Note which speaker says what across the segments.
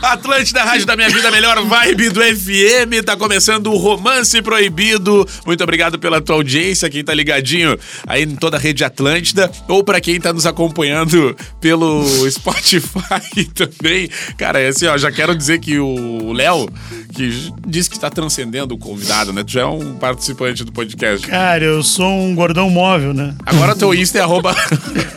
Speaker 1: Atlântida, Rádio da Minha Vida, a melhor vibe do FM. Tá começando o Romance Proibido. Muito obrigado pela tua audiência, quem tá ligadinho aí em toda a rede Atlântida, ou pra quem tá nos acompanhando pelo Spotify também. Cara, é assim, ó, já quero dizer que o Léo, que disse que tá transcendendo o convidado, né? Tu já é um participante do podcast.
Speaker 2: Cara, eu sou um gordão móvel, né?
Speaker 1: Agora teu Insta é arroba...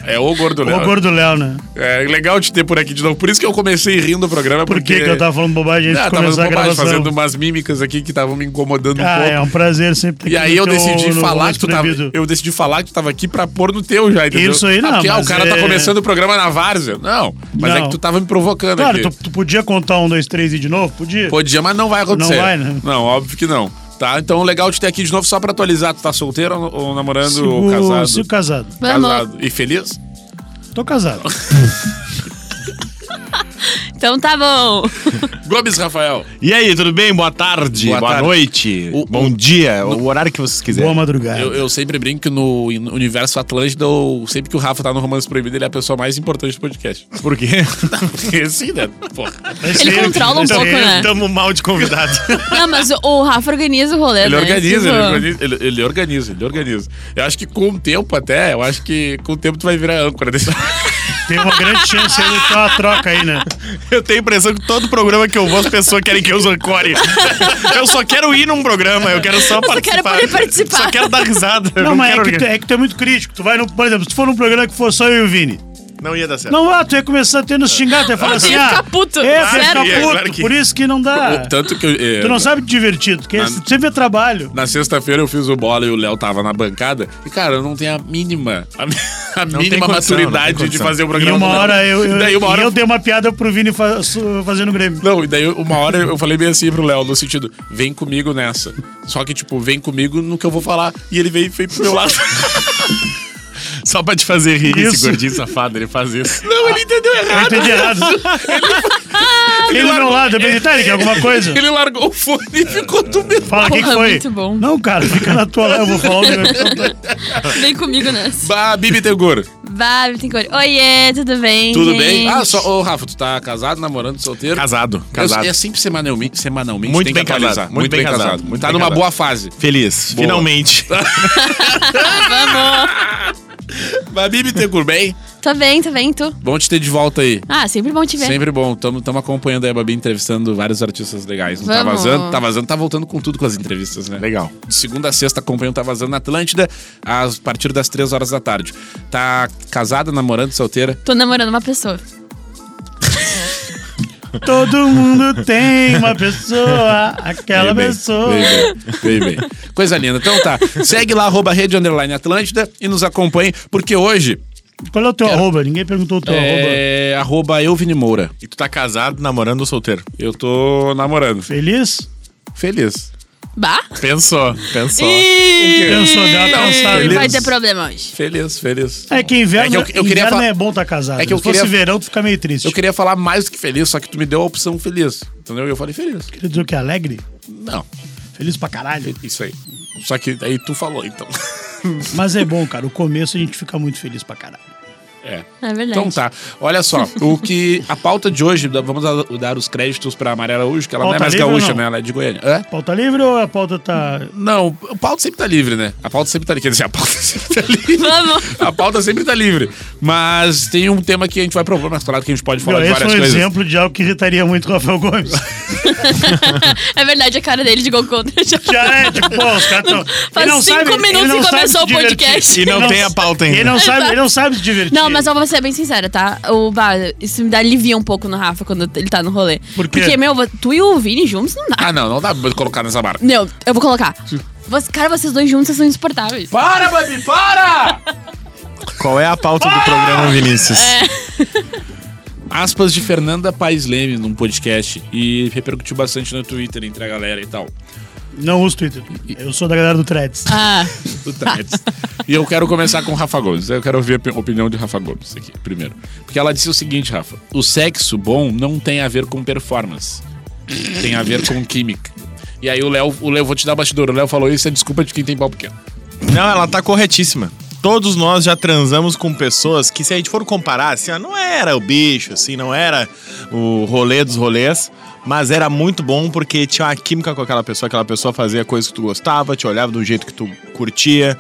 Speaker 1: É o Gordo Léo.
Speaker 2: O gordo Léo, né?
Speaker 1: É legal te ter por aqui de novo. Por isso que eu comecei rindo o programa.
Speaker 2: Por que,
Speaker 1: porque...
Speaker 2: que eu tava falando bobagem antes
Speaker 1: Ah,
Speaker 2: de
Speaker 1: tava
Speaker 2: começar a
Speaker 1: bobagem,
Speaker 2: gravação?
Speaker 1: fazendo umas mímicas aqui que estavam me incomodando um
Speaker 2: Ah,
Speaker 1: pouco.
Speaker 2: é um prazer sempre ter
Speaker 1: E aí eu
Speaker 2: no teu-
Speaker 1: decidi
Speaker 2: no
Speaker 1: falar que
Speaker 2: Romance
Speaker 1: tu tava.
Speaker 2: Proibido.
Speaker 1: Eu decidi falar que tu tava aqui pra pôr no teu já, entendeu?
Speaker 2: Isso aí não,
Speaker 1: Ah, porque, ah, o
Speaker 2: mas
Speaker 1: cara tá
Speaker 2: é-
Speaker 1: começando o programa na várzea. Não, mas é
Speaker 2: Não.
Speaker 1: que tu tava me provocando
Speaker 2: Claro,
Speaker 1: aqui.
Speaker 2: tu, tu podia contar um, dois, três e de novo? Podia?
Speaker 1: Podia, mas não vai acontecer.
Speaker 2: Não vai, né?
Speaker 1: Não, óbvio que não. Tá, então legal te ter aqui de novo só pra atualizar. Tu tá solteiro ou- ou namorando ou
Speaker 2: Sigo-
Speaker 1: casado?
Speaker 2: sigo casado.
Speaker 1: Casado. E feliz?
Speaker 2: Tô casado.
Speaker 3: Então tá bom.
Speaker 1: Gomes Rafael.
Speaker 4: E aí, tudo bem? Boa tarde,
Speaker 1: Boa
Speaker 4: boa,
Speaker 1: tarde.
Speaker 4: noite,
Speaker 1: O-
Speaker 4: bom dia, o horário que vocês
Speaker 2: Boa
Speaker 4: quiserem.
Speaker 2: madrugada.
Speaker 1: é Eu, eu sempre brinco que no universo Atlântida, eu- sempre que o Rafa tá no Romance Proibido, ele é a pessoa mais importante do podcast.
Speaker 4: Por quê?
Speaker 1: Sim, né? Porra.
Speaker 2: Mas
Speaker 3: Ele
Speaker 2: sempre,
Speaker 3: controla um
Speaker 2: mas
Speaker 3: pouco,
Speaker 2: sempre.
Speaker 3: né?
Speaker 4: Tamo mal de convidado.
Speaker 3: Não, mas o Rafa organiza o
Speaker 4: É
Speaker 3: rolê,
Speaker 1: Ele
Speaker 3: né?
Speaker 1: organiza,
Speaker 3: Tipo,
Speaker 1: ele organiza, ele, ele organiza, ele organiza. Eu acho que com o tempo até, eu acho que com o tempo tu vai virar âncora desse.
Speaker 2: Tem uma grande chance aí de ter uma troca aí, né?
Speaker 4: Eu tenho a impressão que todo programa que eu vou, as pessoas querem que eu zancore. Eu só quero ir num programa, eu quero só participar.
Speaker 3: quero poder participar.
Speaker 4: Só quero dar risada. eu
Speaker 2: Não,
Speaker 4: não,
Speaker 2: mas é
Speaker 4: quero
Speaker 2: que, tu,
Speaker 4: organizar.
Speaker 2: é que tu é muito crítico. Tu vai, no, por exemplo, se tu for num programa que for só eu e o Vini.
Speaker 4: não ia dar certo.
Speaker 2: Não, ah, tu ia começar a ter nos xingar, tu ia falar
Speaker 3: Eu
Speaker 2: assim,
Speaker 3: ia
Speaker 2: ah...
Speaker 3: ficar puto,
Speaker 2: É, tu ia
Speaker 3: sério.
Speaker 2: ficar
Speaker 1: É,
Speaker 2: puto,
Speaker 1: claro que-
Speaker 2: por isso que não dá.
Speaker 1: O Tanto que eu, eh,
Speaker 2: Tu não sabe te divertir, tu quer, tu sempre é trabalho.
Speaker 1: na sexta-feira eu fiz o bola e o Léo tava na bancada. E, cara, eu não tenho a mínima, a, mi- a
Speaker 4: Não
Speaker 1: mínima
Speaker 4: tem condição, não tem
Speaker 1: maturidade de
Speaker 4: condição.
Speaker 1: fazer o
Speaker 2: E
Speaker 1: programa.
Speaker 2: uma
Speaker 1: com o Léo.
Speaker 2: hora eu, eu,
Speaker 1: E daí uma
Speaker 2: e
Speaker 1: hora
Speaker 2: eu dei uma piada pro Vini fa- su- fazendo Grêmio.
Speaker 1: Não, e daí uma hora eu falei bem assim pro Léo, no sentido, vem comigo nessa. Só que, tipo, vem comigo no que eu vou falar. E ele veio e veio pro meu lado.
Speaker 4: Só pra te fazer rir,
Speaker 2: Isso.
Speaker 4: esse gordinho safado, ele faz isso.
Speaker 1: Não, ele entendeu
Speaker 2: Eu
Speaker 1: errado.
Speaker 2: entendi errado. Ele do meu lado, eu pensei, tá, ele quer alguma coisa?
Speaker 1: Ele largou o fone e ficou do meu
Speaker 2: Fala, o que, que
Speaker 3: Porra,
Speaker 2: foi?
Speaker 3: muito bom.
Speaker 2: Não, cara, fica na tua lá, eu vou falar o meu.
Speaker 3: Vem comigo nessa.
Speaker 1: Bah, Bibi Teguro.
Speaker 3: Babi, tem cor. Oiê, tudo bem?
Speaker 1: Tudo
Speaker 3: gente?
Speaker 1: bem? Ah, só, ô Rafa, tu tá casado, namorando, solteiro?
Speaker 4: Casado,
Speaker 1: Eu-
Speaker 4: casado.
Speaker 1: é sempre semanalmente, semanalmente
Speaker 4: Muito
Speaker 1: tem
Speaker 4: bem
Speaker 1: que atualizar.
Speaker 4: casado, muito bem casado, muito
Speaker 1: tá
Speaker 4: bem
Speaker 1: numa
Speaker 4: casado.
Speaker 1: boa fase.
Speaker 4: Feliz,
Speaker 1: Boa.
Speaker 4: finalmente.
Speaker 3: Vamos.
Speaker 1: Babi Bittencourt, bem?
Speaker 3: Tô bem, tô bem, tu?
Speaker 1: Bom te ter de volta aí.
Speaker 3: Ah, sempre bom te ver.
Speaker 1: Sempre bom. Tamo, tamo acompanhando aí a Babi entrevistando vários artistas legais. Não tá
Speaker 3: Vamos.
Speaker 1: vazando? Tá vazando, tá voltando com tudo com as entrevistas, né?
Speaker 4: Legal.
Speaker 1: De segunda a sexta acompanha o Tá Vazando na Atlântida, às- a partir das três horas da tarde. Tá casada, namorando, solteira?
Speaker 3: Tô namorando uma pessoa.
Speaker 2: Todo mundo tem uma pessoa,
Speaker 1: Veio
Speaker 2: aquela
Speaker 1: bem,
Speaker 2: pessoa.
Speaker 1: veio bem, veio bem. Coisa linda. Então tá. Segue lá, arroba rede underline Atlântida e nos acompanhe, porque hoje
Speaker 2: Qual é o teu arroba? Ninguém perguntou o teu arroba.
Speaker 1: é arroba eu, Vini Moura.
Speaker 4: E tu tá casado, namorando ou solteiro?
Speaker 1: Eu tô namorando.
Speaker 2: Feliz?
Speaker 1: Feliz.
Speaker 3: Bah?
Speaker 4: Pensou, pensou.
Speaker 3: Ih,
Speaker 2: Pensou, deu
Speaker 1: tá
Speaker 2: uma
Speaker 1: um
Speaker 2: pensada.
Speaker 3: Ele vai ter
Speaker 1: Beleza.
Speaker 3: problema hoje.
Speaker 1: Feliz, feliz.
Speaker 2: É que inverno,
Speaker 1: É que eu- eu queria
Speaker 2: inverno
Speaker 1: fa-
Speaker 2: é bom estar casado.
Speaker 1: É que eu
Speaker 2: Se fosse
Speaker 1: queria-
Speaker 2: verão, tu fica meio triste.
Speaker 1: Eu queria falar mais do que feliz, só que tu me deu a opção feliz. Entendeu? E eu falei feliz.
Speaker 2: Queria dizer o que? Alegre?
Speaker 1: Não,
Speaker 2: Feliz pra caralho.
Speaker 1: isso aí. Só que aí tu falou, então.
Speaker 2: Mas é bom, cara. O começo a gente fica muito feliz pra caralho.
Speaker 1: É.
Speaker 3: É verdade.
Speaker 1: Então tá, olha só, o que a pauta de hoje, da- vamos a- dar os créditos pra Maria Araújo, que ela não é
Speaker 2: Pauta
Speaker 1: mais
Speaker 2: livre ou
Speaker 1: gaúcha,
Speaker 2: não?
Speaker 1: né? Ela é de Goiânia. Hã?
Speaker 2: Pauta livre ou a pauta tá.
Speaker 1: Não, o pauta sempre tá livre, né? A pauta sempre tá livre. Quer dizer, a pauta sempre tá livre.
Speaker 3: Vamos.
Speaker 1: A pauta sempre tá livre. Mas tem um tema que a gente vai propor, mas claro que a gente pode falar
Speaker 2: Meu,
Speaker 1: de
Speaker 2: esse é um
Speaker 1: várias coisas.
Speaker 2: exemplo de algo que irritaria muito o Rafael Gomes.
Speaker 3: É verdade, a cara dele de gol contra já.
Speaker 2: Já é, tipo, pô, os caras tão...
Speaker 3: Faz
Speaker 2: ele não
Speaker 3: cinco
Speaker 2: sabe-
Speaker 3: minutos
Speaker 2: ele não
Speaker 3: que
Speaker 2: sabe
Speaker 3: começou
Speaker 2: se
Speaker 3: o
Speaker 2: divertir.
Speaker 3: podcast.
Speaker 4: E não
Speaker 2: Ele
Speaker 4: tem a pauta ainda.
Speaker 2: Ele não, sabe, ele não sabe se divertir.
Speaker 3: Não, mas eu vou ser bem sincera, tá? O, bah, isso me dá alivia um pouco no Rafa quando ele tá no rolê.
Speaker 2: Por quê?
Speaker 3: Porque, meu, tu e o Vini juntos não dá.
Speaker 1: Ah, não, não dá pra colocar nessa barra.
Speaker 3: Não, eu vou colocar. Você- cara, vocês dois juntos vocês são insuportáveis.
Speaker 1: Para, Babi, para!
Speaker 4: Qual é a pauta do programa, Vinícius?
Speaker 1: Aspas de Fernanda Paes Leme num podcast e repercutiu bastante no Twitter entre a galera e tal.
Speaker 2: Não uso Twitter. Eu sou da galera do Threads.
Speaker 3: Ah,
Speaker 1: do Threads. e eu quero começar com o Rafa Gomes. Eu quero ouvir a pe- opinião de Rafa Gomes aqui, primeiro. Porque ela disse o seguinte, Rafa: o sexo bom não tem a ver com performance, tem a ver com química. E aí o Léo, o Léo, vou te dar bastidor. O Léo falou isso, é desculpa de quem tem pau pequeno.
Speaker 4: Não, ela tá corretíssima. Todos nós já transamos com pessoas que, se a gente for comparar, assim, ah, não era o bicho, assim, não era o rolê dos rolês, mas era muito bom porque tinha uma química com aquela pessoa, aquela pessoa fazia coisas que tu gostava, te olhava do jeito que tu curtia,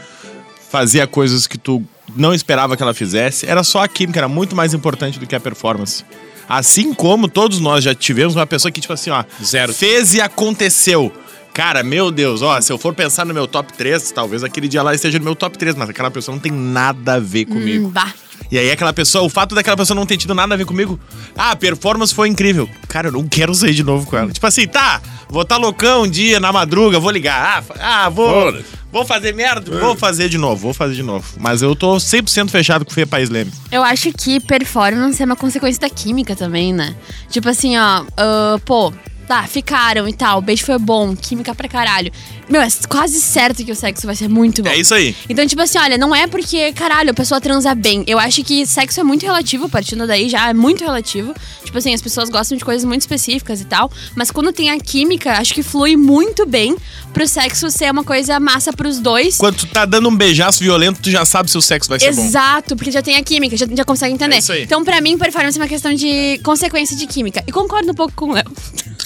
Speaker 4: fazia coisas que tu não esperava que ela fizesse. Era só a química, era muito mais importante do que a performance. Assim como todos nós já tivemos uma pessoa que, tipo assim, ó,
Speaker 1: Zero.
Speaker 4: fez e aconteceu. Cara, meu Deus, ó, se eu for pensar no meu top 3, talvez aquele dia lá esteja no meu top 3, mas aquela pessoa não tem nada a ver comigo.
Speaker 3: Hum, bah.
Speaker 4: E aí aquela pessoa, o fato daquela pessoa não ter tido nada a ver comigo, ah, a performance foi incrível. Cara, eu não quero sair de novo com ela. Tipo assim, tá, vou estar tá loucão um dia na madruga, vou ligar. Ah, fa- ah vou.
Speaker 1: Foda-se. É.
Speaker 4: Vou fazer merda? Vou fazer de novo, vou fazer de novo. Mas eu tô 100% fechado com o Fê País Leme.
Speaker 3: Eu acho que performance é uma consequência da química também, né? Tipo assim, ó, ah, pô, tá, ficaram e tal, o beijo foi bom, química pra caralho. Meu, é quase certo que o sexo vai ser muito bom.
Speaker 4: É isso aí.
Speaker 3: Então, tipo assim, olha, não é porque, caralho, a pessoa transa bem. Eu acho que sexo é muito relativo, partindo daí já é muito relativo. Tipo assim, as pessoas gostam de coisas muito específicas e tal. Mas quando tem a química, acho que flui muito bem pro sexo ser uma coisa massa pros dois.
Speaker 4: Quando tu tá dando um beijaço violento, tu já sabe se o sexo vai ser é bom.
Speaker 3: Exato, porque já tem a química, já, já consegue entender.
Speaker 4: É isso aí.
Speaker 3: Então, pra mim, performance é uma questão de consequência de química. E concordo um pouco com o Léo.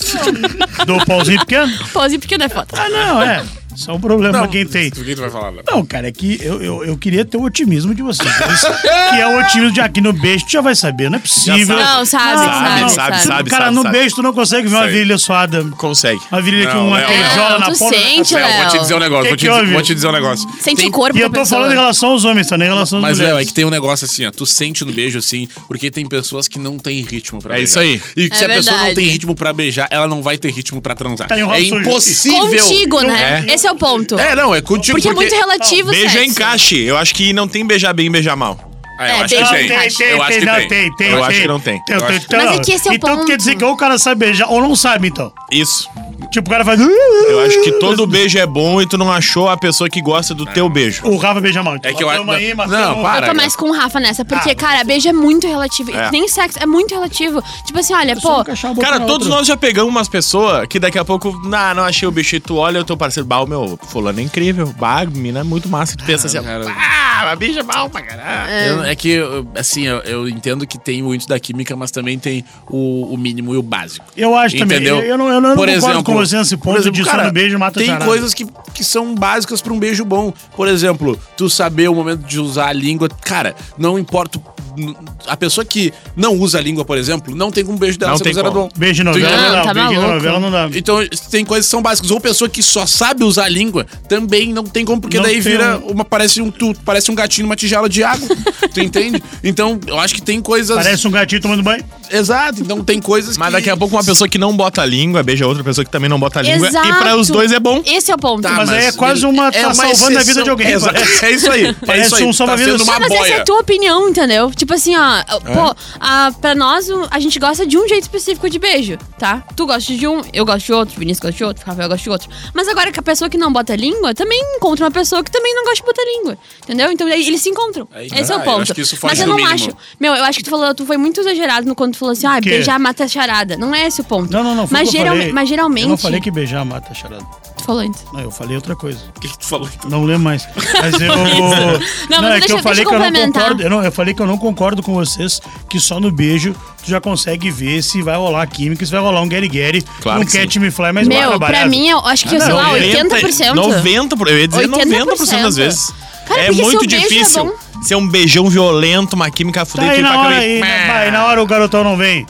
Speaker 3: Ah.
Speaker 2: Do pauzinho pequeno?
Speaker 3: Pose pequeno é foda.
Speaker 2: Ah, não, é. Isso é um problema pra quem tem.
Speaker 1: Do que tu vai falar, Léo?
Speaker 2: Não, cara, é que eu, eu, eu queria ter o otimismo de vocês. Isso que é o otimismo de aqui no beijo, tu já vai saber, não é possível.
Speaker 3: sabe. Não, sabe, sabe, sabe,
Speaker 2: Se-
Speaker 4: sabe,
Speaker 2: Cara,
Speaker 4: sabe,
Speaker 2: no
Speaker 4: sabe.
Speaker 2: beijo tu não consegue ver uma
Speaker 1: Sei.
Speaker 2: virilha suada. Uma
Speaker 4: Consegue.
Speaker 2: virilha com
Speaker 1: Não,
Speaker 2: uma
Speaker 1: Léo,
Speaker 2: telejola
Speaker 3: Não,
Speaker 2: na
Speaker 3: tu
Speaker 2: ponta.
Speaker 3: sente,
Speaker 1: Léo, vou te
Speaker 3: Léo.
Speaker 1: dizer um negócio,
Speaker 2: Que
Speaker 1: vou, te
Speaker 2: que
Speaker 1: dizer-
Speaker 2: houve?
Speaker 1: vou te dizer um negócio.
Speaker 3: Sente
Speaker 1: Tem-
Speaker 3: o corpo
Speaker 2: E
Speaker 3: da
Speaker 2: eu tô
Speaker 3: pessoa.
Speaker 2: falando em relação aos homens, tá? Nem em relação às
Speaker 1: Mas,
Speaker 2: mulheres.
Speaker 1: Léo, é que tem um negócio assim, ó. Tu sente no beijo, assim, porque tem pessoas que não têm ritmo pra
Speaker 4: É
Speaker 1: beijar.
Speaker 4: isso aí.
Speaker 1: E que
Speaker 3: É
Speaker 1: se a pessoa não
Speaker 3: verdade.
Speaker 1: tem ritmo pra beijar, ela não vai ter ritmo pra transar.
Speaker 2: Tá em
Speaker 1: é
Speaker 2: roda suja.
Speaker 1: impossível.
Speaker 3: Contigo, né?
Speaker 4: É.
Speaker 3: Esse é o ponto.
Speaker 1: É, não, é contigo
Speaker 3: porque, é muito relativo, o
Speaker 4: Beijo é
Speaker 3: sexo.
Speaker 4: encaixe. Eu acho que não tem beijar bem e beijar mal.
Speaker 1: Ah, eu
Speaker 3: É,
Speaker 1: acho
Speaker 3: tem-
Speaker 2: Não,
Speaker 1: que
Speaker 2: tem,
Speaker 1: tem. eu
Speaker 2: tem,
Speaker 1: acho que
Speaker 2: não,
Speaker 1: tem.
Speaker 2: tem, tem.
Speaker 4: Eu acho
Speaker 2: tem.
Speaker 4: que não tem.
Speaker 2: Então,
Speaker 4: Eu acho
Speaker 2: então,
Speaker 3: Mas é que esse é o
Speaker 2: então
Speaker 3: ponto.
Speaker 2: quer dizer que ou o cara sabe beijar ou não sabe, então.
Speaker 4: Isso.
Speaker 2: Tipo, o cara
Speaker 1: É
Speaker 2: faz.
Speaker 4: Eu acho que todo beijo é bom e tu não achou a pessoa que gosta do teu beijo.
Speaker 2: O Rafa beija mal.
Speaker 1: É que eu acho-
Speaker 2: Tamo "Ah, aí,
Speaker 1: não,
Speaker 2: Marcelo.
Speaker 1: para.
Speaker 3: Eu começo com o Rafa nessa, porque,
Speaker 2: Ah.
Speaker 3: cara, beijo é muito relativo. E
Speaker 4: É.
Speaker 3: Nem sexo, é muito relativo. Tipo assim, olha, pô.
Speaker 4: Cara, todos nós já pegamos umas pessoas que daqui a pouco, ah, não achei o bicho. E tu olha o teu parceiro, bah, o meu, fulano é incrível. Bah, mina é muito massa. Tu pensa assim,
Speaker 1: cara.
Speaker 4: ah, mas bicho é mal pra caralho.
Speaker 1: Eu- é que, eu- assim, eu, eu entendo que tem muito da química, mas também tem o, o mínimo e o básico.
Speaker 2: Eu acho também. Eu- eu não- eu não- eu não concordo com você nesse ponto de só no beijo mata
Speaker 1: Tem
Speaker 2: charada.
Speaker 1: coisas que, que são básicas pra um beijo bom. Por exemplo, tu saber o momento de usar a língua. Cara, não importa. o- n- A pessoa que não usa a língua, por exemplo, não tem como um beijo dela
Speaker 4: Não
Speaker 1: ser
Speaker 4: tem
Speaker 1: considerado
Speaker 4: como.
Speaker 1: bom.
Speaker 2: Beijo em
Speaker 1: Tu
Speaker 2: novela
Speaker 1: entendeu?
Speaker 2: não dá.
Speaker 3: tá
Speaker 2: Beijo em
Speaker 3: maluco.
Speaker 2: novela não dá.
Speaker 1: Então, tem coisas que são básicas. Ou pessoa que só sabe usar a língua, também não tem como, porque
Speaker 2: Não
Speaker 1: daí
Speaker 2: tem
Speaker 1: vira
Speaker 2: um-
Speaker 1: uma. Parece um, tu, parece um gatinho numa tigela de água. tu entende? Então, eu acho que tem coisas.
Speaker 2: Parece um gatinho tomando banho.
Speaker 1: Exato, então tem coisas
Speaker 4: Mas
Speaker 1: que.
Speaker 4: daqui a pouco uma pessoa que não bota a língua beija outra pessoa que também não bota a língua.
Speaker 3: Exato.
Speaker 4: E pra os dois é bom.
Speaker 3: Esse é o ponto.
Speaker 1: Tá,
Speaker 2: mas aí é quase uma- tá salvando a vida de alguém,
Speaker 1: É, exa-
Speaker 2: parece.
Speaker 1: é isso aí. é
Speaker 2: Parece
Speaker 1: isso aí.
Speaker 2: um
Speaker 1: tá
Speaker 2: salva-vidas.
Speaker 1: sendo uma
Speaker 3: Ah, mas essa é
Speaker 1: boia.
Speaker 3: a tua opinião, entendeu? Tipo assim, ó,
Speaker 2: É?
Speaker 3: pô, ah, pra nós o- a gente gosta de um jeito específico de beijo, tá? Tu gosta de um, eu gosto de outro, Vinícius gosta de outro, Rafael gosta de outro. Mas agora que a pessoa que não bota língua também encontra uma pessoa que também não gosta de botar língua, entendeu? Então aí eles se encontram.
Speaker 1: Aí que
Speaker 3: Esse é o
Speaker 1: tá, eu
Speaker 3: ponto.
Speaker 1: acho que isso foge
Speaker 3: mas eu
Speaker 1: do
Speaker 3: não
Speaker 1: mínimo.
Speaker 3: acho. Meu, eu acho que tu falou, tu foi muito exagerado no quando tu falou assim, ah,
Speaker 2: quê?
Speaker 3: beijar mata a charada. Não é esse o ponto.
Speaker 2: Não, não, não. foi
Speaker 3: Mas,
Speaker 2: o que eu
Speaker 3: geralme-
Speaker 2: falei.
Speaker 3: mas geralmente.
Speaker 2: Eu não falei que beijar mata a charada.
Speaker 3: Tu falou antes.
Speaker 2: Não, eu falei outra coisa.
Speaker 1: O que que tu falou? então?
Speaker 2: Não lembro mais. Mas eu. não,
Speaker 3: mas
Speaker 2: é que
Speaker 3: deixa-
Speaker 2: eu falei
Speaker 3: deixa
Speaker 2: que eu não
Speaker 3: complementar.
Speaker 2: concordo. Eu, não- eu falei que eu não concordo com vocês que só no beijo tu já consegue ver se vai rolar química, se vai rolar um Gary Gary,
Speaker 4: Claro
Speaker 2: um
Speaker 4: que sim.
Speaker 2: Catch Me Fly, mas mal
Speaker 3: Meu, pra
Speaker 2: trabalhado.
Speaker 3: mim, eu acho que,
Speaker 2: Ah,
Speaker 3: sei
Speaker 2: não,
Speaker 3: lá, 80%.
Speaker 4: 90%. Eu ia dizer 90%,
Speaker 3: 80%.
Speaker 4: das vezes.
Speaker 3: Cara,
Speaker 4: é
Speaker 3: porque se
Speaker 4: muito
Speaker 3: o beijo é
Speaker 4: difícil ser um beijão violento, uma química
Speaker 2: Tá
Speaker 4: fudida
Speaker 2: aí
Speaker 4: que
Speaker 2: na
Speaker 4: vai É.
Speaker 2: hora
Speaker 4: acabar
Speaker 2: aí,
Speaker 4: em-
Speaker 2: né?
Speaker 1: É.
Speaker 2: Vai, na hora o garotão não vem.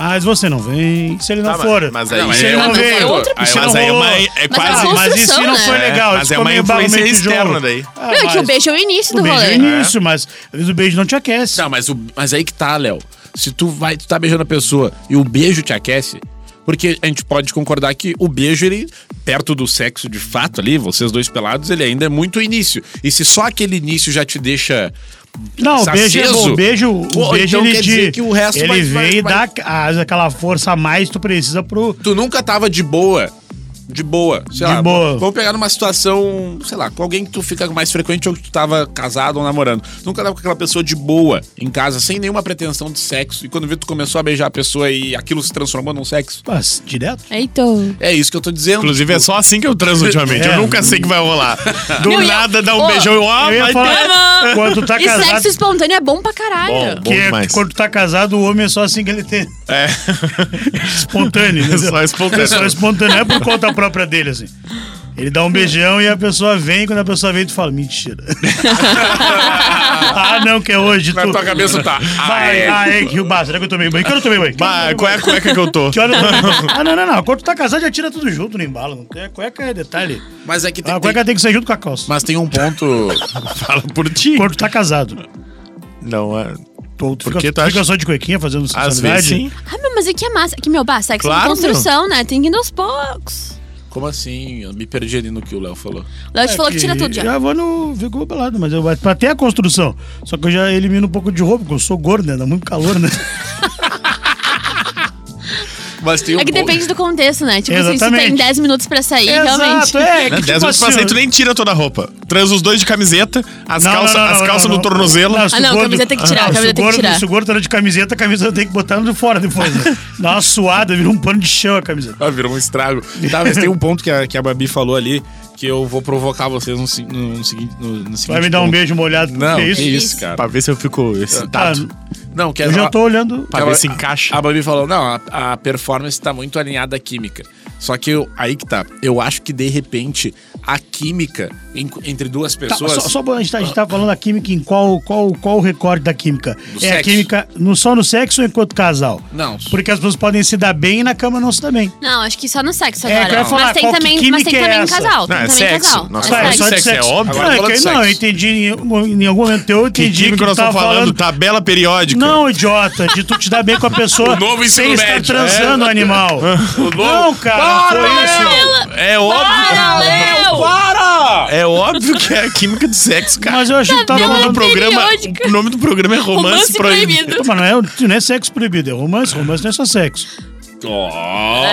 Speaker 2: Ah, Mas você não vem. Se ele não
Speaker 4: Tá, mas-
Speaker 2: for.
Speaker 4: mas aí-
Speaker 2: E se
Speaker 4: mas
Speaker 2: ele
Speaker 4: aí
Speaker 2: não
Speaker 3: é
Speaker 2: veio.
Speaker 3: outra
Speaker 2: E se
Speaker 4: pessoa.
Speaker 2: não
Speaker 4: Mas aí é uma-
Speaker 2: rolou?
Speaker 4: é
Speaker 3: Mas quase-
Speaker 2: Ah, mas e se não
Speaker 3: né?
Speaker 2: foi legal?
Speaker 4: É, mas
Speaker 2: Isso
Speaker 4: é
Speaker 2: ficou
Speaker 4: uma
Speaker 2: meio barro, meio
Speaker 4: influência
Speaker 2: tijolo.
Speaker 4: externa daí.
Speaker 2: Ah,
Speaker 3: Meu, que o
Speaker 2: mas-
Speaker 3: beijo é o início
Speaker 2: O
Speaker 3: do
Speaker 2: beijo é o
Speaker 3: rolê.
Speaker 2: início, mas às vezes o beijo não te aquece.
Speaker 1: Não, mas, o, mas aí que tá, Léo. Se tu vai, tu tá beijando a pessoa e o beijo te aquece. Porque a gente pode concordar que o beijo, ele, perto do sexo de fato ali, vocês dois pelados, ele ainda é muito início. E se só aquele início já te deixa.
Speaker 2: Não, o beijo é
Speaker 1: aceso,
Speaker 2: bom. O beijo, o
Speaker 1: pô,
Speaker 2: beijo
Speaker 1: então
Speaker 2: ele
Speaker 1: quer
Speaker 2: te-
Speaker 1: dizer que o resto
Speaker 2: ele
Speaker 1: vai-
Speaker 2: vem
Speaker 1: vai-
Speaker 2: e
Speaker 1: vai-
Speaker 2: dá a- aquela força a mais que tu precisa pro.
Speaker 1: Tu nunca tava de boa de boa. Sei
Speaker 2: De
Speaker 1: lá,
Speaker 2: boa.
Speaker 1: Vamos pegar numa situação, sei lá, com alguém que tu fica mais frequente ou que tu tava casado ou namorando. Tu nunca tava com aquela pessoa de boa em casa, sem nenhuma pretensão de sexo. E quando vê, tu começou a beijar a pessoa e aquilo se transformou num sexo.
Speaker 2: Mas, direto?
Speaker 3: Eita.
Speaker 1: É isso que eu tô dizendo.
Speaker 4: Inclusive, é só assim que eu transo ultimamente.
Speaker 2: É.
Speaker 4: Eu nunca sei o que vai rolar. Do
Speaker 3: Não, e eu-
Speaker 4: nada, dá um
Speaker 3: Ô,
Speaker 4: beijão e ó,
Speaker 2: Eu ia
Speaker 4: vai
Speaker 2: falar-
Speaker 4: ter-
Speaker 3: Tamo!
Speaker 2: Quando tá
Speaker 3: E
Speaker 2: casado.
Speaker 3: sexo espontâneo é bom pra caralho.
Speaker 4: Bom,
Speaker 2: que é-
Speaker 4: demais.
Speaker 2: quando tá casado, o homem é só assim que ele tem.
Speaker 4: É.
Speaker 2: Espontâneo,
Speaker 4: É
Speaker 2: entendeu?
Speaker 4: só espontâneo.
Speaker 2: É só espontâneo, não é por conta própria dele, assim. Ele dá um beijão e a pessoa vem, quando a pessoa vem, tu fala, mentira. ah, não, que é hoje.
Speaker 1: Na
Speaker 2: tu-
Speaker 1: tua cabeça tá. Ah,
Speaker 2: Vai,
Speaker 1: é.
Speaker 2: ah, é, que o bar, será que eu tomei banho? Que hora eu tomei banho?
Speaker 4: Bah, qual é a cueca que eu tô?
Speaker 2: Que hora eu tomei banho? Ah, não, não, não. Quando tu tá casado, já tira tudo junto no embalo. Não tem, cueca é detalhe.
Speaker 1: Mas é que tem,
Speaker 2: A cueca tem que ser junto com a calça.
Speaker 1: Mas tem um ponto.
Speaker 4: Fala por ti.
Speaker 2: Quando tu tá casado.
Speaker 4: Não, é.
Speaker 2: Tu, tu
Speaker 4: Por
Speaker 2: fica,
Speaker 4: que tu
Speaker 2: tu fica
Speaker 4: acha-
Speaker 2: só de cuequinha fazendo
Speaker 4: Às vezes
Speaker 2: sensualidade.
Speaker 4: sim.
Speaker 3: Ah, meu, mas é que é massa. É Que, meu, bah, sexo é
Speaker 4: Claro,
Speaker 3: uma construção, né? Tem que ir aos poucos.
Speaker 1: Como assim? Eu me perdi ali no que o Léo falou.
Speaker 3: O
Speaker 2: É
Speaker 3: Léo te falou que tira tudo já.
Speaker 2: Já vou no vigor pelado, mas eu mas pra ter a construção. Só que eu já elimino um pouco de roupa, porque eu sou gordo, né? Dá muito calor, né?
Speaker 1: Mas tem um
Speaker 3: É que
Speaker 1: ponto-
Speaker 3: depende do contexto, né? Tipo assim, se
Speaker 2: Exatamente.
Speaker 3: tem 10 minutos pra sair, realmente.
Speaker 2: é. que
Speaker 4: Né?
Speaker 2: tipo
Speaker 4: 10 minutos pra
Speaker 2: assim,
Speaker 4: sair, tu nem tira toda a roupa. Transa os dois de camiseta, as
Speaker 2: Não,
Speaker 4: calças
Speaker 2: não, não,
Speaker 4: as
Speaker 2: não,
Speaker 4: calças
Speaker 2: não,
Speaker 4: no
Speaker 2: não.
Speaker 4: tornozelo.
Speaker 2: Não, se
Speaker 3: Ah,
Speaker 2: o
Speaker 3: não, a
Speaker 2: gordo-
Speaker 3: camiseta tem que tirar, a
Speaker 2: se o
Speaker 3: camiseta tem que
Speaker 2: gordo-
Speaker 3: tirar.
Speaker 2: Se o gordo tá de camiseta, a camisa tem que botar ela de fora depois. Né? Dá uma suada, vira um pano de chão a camiseta.
Speaker 1: Ah, virou um estrago. Tá, mas tem um ponto que a, que a Babi falou ali que eu vou provocar vocês no, se- no, no seguinte. No, no seguinte
Speaker 2: Vai me dar um
Speaker 1: ponto.
Speaker 2: beijo molhado,
Speaker 1: Não,
Speaker 2: porque
Speaker 1: que
Speaker 2: é
Speaker 1: isso,
Speaker 2: isso.
Speaker 1: cara.
Speaker 4: Pra ver se eu fico
Speaker 2: Ah,
Speaker 4: excitado.
Speaker 1: Não, que
Speaker 4: é
Speaker 2: eu já tô olhando. Tá,
Speaker 4: Pra
Speaker 1: Ela-
Speaker 4: ver se encaixa.
Speaker 1: A Babi falou, não, a, a performance tá muito alinhada à química. Só que eu- aí que tá. Eu acho que, de repente, a química en- entre duas
Speaker 2: Tá,
Speaker 1: pessoas...
Speaker 2: só, só pra- a gente tá, a gente tá falando da química em qual, qual, qual o recorde da química?
Speaker 1: No
Speaker 2: é
Speaker 1: sexo.
Speaker 2: a química no, só no sexo ou enquanto casal?
Speaker 1: Não.
Speaker 2: Porque as pessoas podem se dar bem e na cama não se dar bem.
Speaker 3: Não, acho que só no sexo
Speaker 2: É,
Speaker 3: agora.
Speaker 2: que eu ia falar,
Speaker 3: mas tem
Speaker 2: qual que
Speaker 3: também, mas
Speaker 2: química
Speaker 3: tem
Speaker 2: é
Speaker 3: também
Speaker 2: essa?
Speaker 3: casal.
Speaker 4: Não,
Speaker 3: Tem
Speaker 4: é
Speaker 3: também
Speaker 4: sexo.
Speaker 3: casal.
Speaker 4: Nós
Speaker 3: É
Speaker 2: Tá, é
Speaker 4: falamos
Speaker 2: só
Speaker 3: sexo.
Speaker 2: de
Speaker 4: sexo, é
Speaker 2: sexo.
Speaker 4: óbvio.
Speaker 2: Não,
Speaker 1: Agora
Speaker 2: é
Speaker 1: falando
Speaker 2: que-
Speaker 1: de
Speaker 2: não, eu
Speaker 1: sexo.
Speaker 2: entendi em algum, em algum momento eu
Speaker 4: Que
Speaker 2: entendi que,
Speaker 4: time que nós
Speaker 2: tu tava
Speaker 4: estamos falando? Tabela periódica.
Speaker 2: Não, idiota, de tu te dar bem com a pessoa
Speaker 1: O novo ensino
Speaker 2: sem estar
Speaker 1: médio. é.
Speaker 2: transando, animal. Não, cara,
Speaker 1: Para,
Speaker 2: foi isso.
Speaker 3: Ela-
Speaker 4: É óbvio.
Speaker 3: Para, Léo!
Speaker 1: Para!
Speaker 4: É óbvvio que é a química do sexo, cara.
Speaker 2: Mas eu achei que tava
Speaker 3: Tá
Speaker 4: o, nome do
Speaker 2: falando...
Speaker 4: programa,
Speaker 3: periódica.
Speaker 4: o nome do programa é Romance,
Speaker 3: Romance
Speaker 4: Proibido.
Speaker 3: proibido.
Speaker 2: Não, mas não é, não é sexo proibido, é romance. Romance não é só sexo.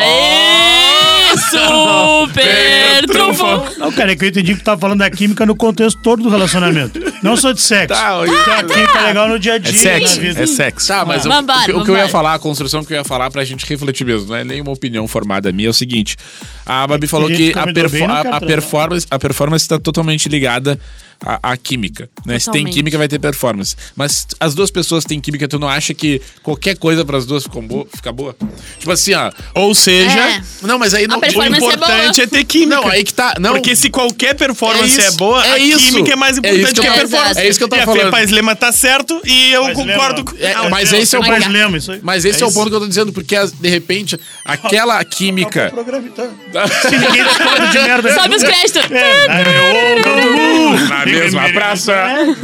Speaker 3: Aê, Super trunfo!
Speaker 2: Não, cara, é que eu entendi que tu tava falando da química no contexto todo do relacionamento. Não só de sexo.
Speaker 1: Tá, eu
Speaker 2: Que a química é legal no dia a
Speaker 4: É
Speaker 2: dia,
Speaker 4: sexo,
Speaker 2: na vida.
Speaker 4: é sexo.
Speaker 1: Tá, mas eu-
Speaker 3: Vambora,
Speaker 1: o, que, o que eu ia
Speaker 3: vambora.
Speaker 1: falar, a construção que eu ia falar pra gente refletir mesmo, não é nenhuma opinião formada minha, é o seguinte. A Babi falou
Speaker 2: gente
Speaker 1: que
Speaker 2: que
Speaker 1: a,
Speaker 2: combinou
Speaker 1: perfo-
Speaker 2: bem, não
Speaker 1: a-
Speaker 2: quer
Speaker 1: a
Speaker 2: transar.
Speaker 1: performance a performance tá totalmente ligada à, à química, né? Se tem
Speaker 3: Totalmente.
Speaker 1: química, vai ter performance. Mas as duas pessoas têm química, tu não acha que qualquer coisa pras duas ficam bo- fica boa? Tipo assim, ó...
Speaker 4: Ou seja,
Speaker 3: É.
Speaker 1: Não, mas aí não... tipo,
Speaker 4: o
Speaker 3: performance é
Speaker 4: importante é,
Speaker 3: boa.
Speaker 4: ter química.
Speaker 1: Não, aí que tá... Não,
Speaker 4: Porque se qualquer performance
Speaker 1: É
Speaker 4: é,
Speaker 1: isso,
Speaker 4: boa,
Speaker 1: é
Speaker 4: a
Speaker 1: isso.
Speaker 4: química é mais
Speaker 1: É
Speaker 4: importante
Speaker 1: isso que
Speaker 4: que
Speaker 1: eu
Speaker 4: a
Speaker 1: tô-
Speaker 4: performance.
Speaker 1: é isso que eu tô
Speaker 4: e
Speaker 1: falando.
Speaker 4: A Fê Paz Lema tá certo e eu
Speaker 2: Paz Lema.
Speaker 4: concordo com...
Speaker 1: É,
Speaker 4: Não,
Speaker 1: mas esse é o
Speaker 2: Mas
Speaker 1: ponto.
Speaker 2: lema, isso aí.
Speaker 1: Mas esse é, o
Speaker 4: isso.
Speaker 1: ponto que eu tô dizendo, porque as- de repente aquela química.
Speaker 2: Acabou o programa, então. Se ninguém discorda de merda.
Speaker 3: Sobe os créditos.
Speaker 2: É, aí
Speaker 1: Na
Speaker 2: eu-
Speaker 1: mesma praça,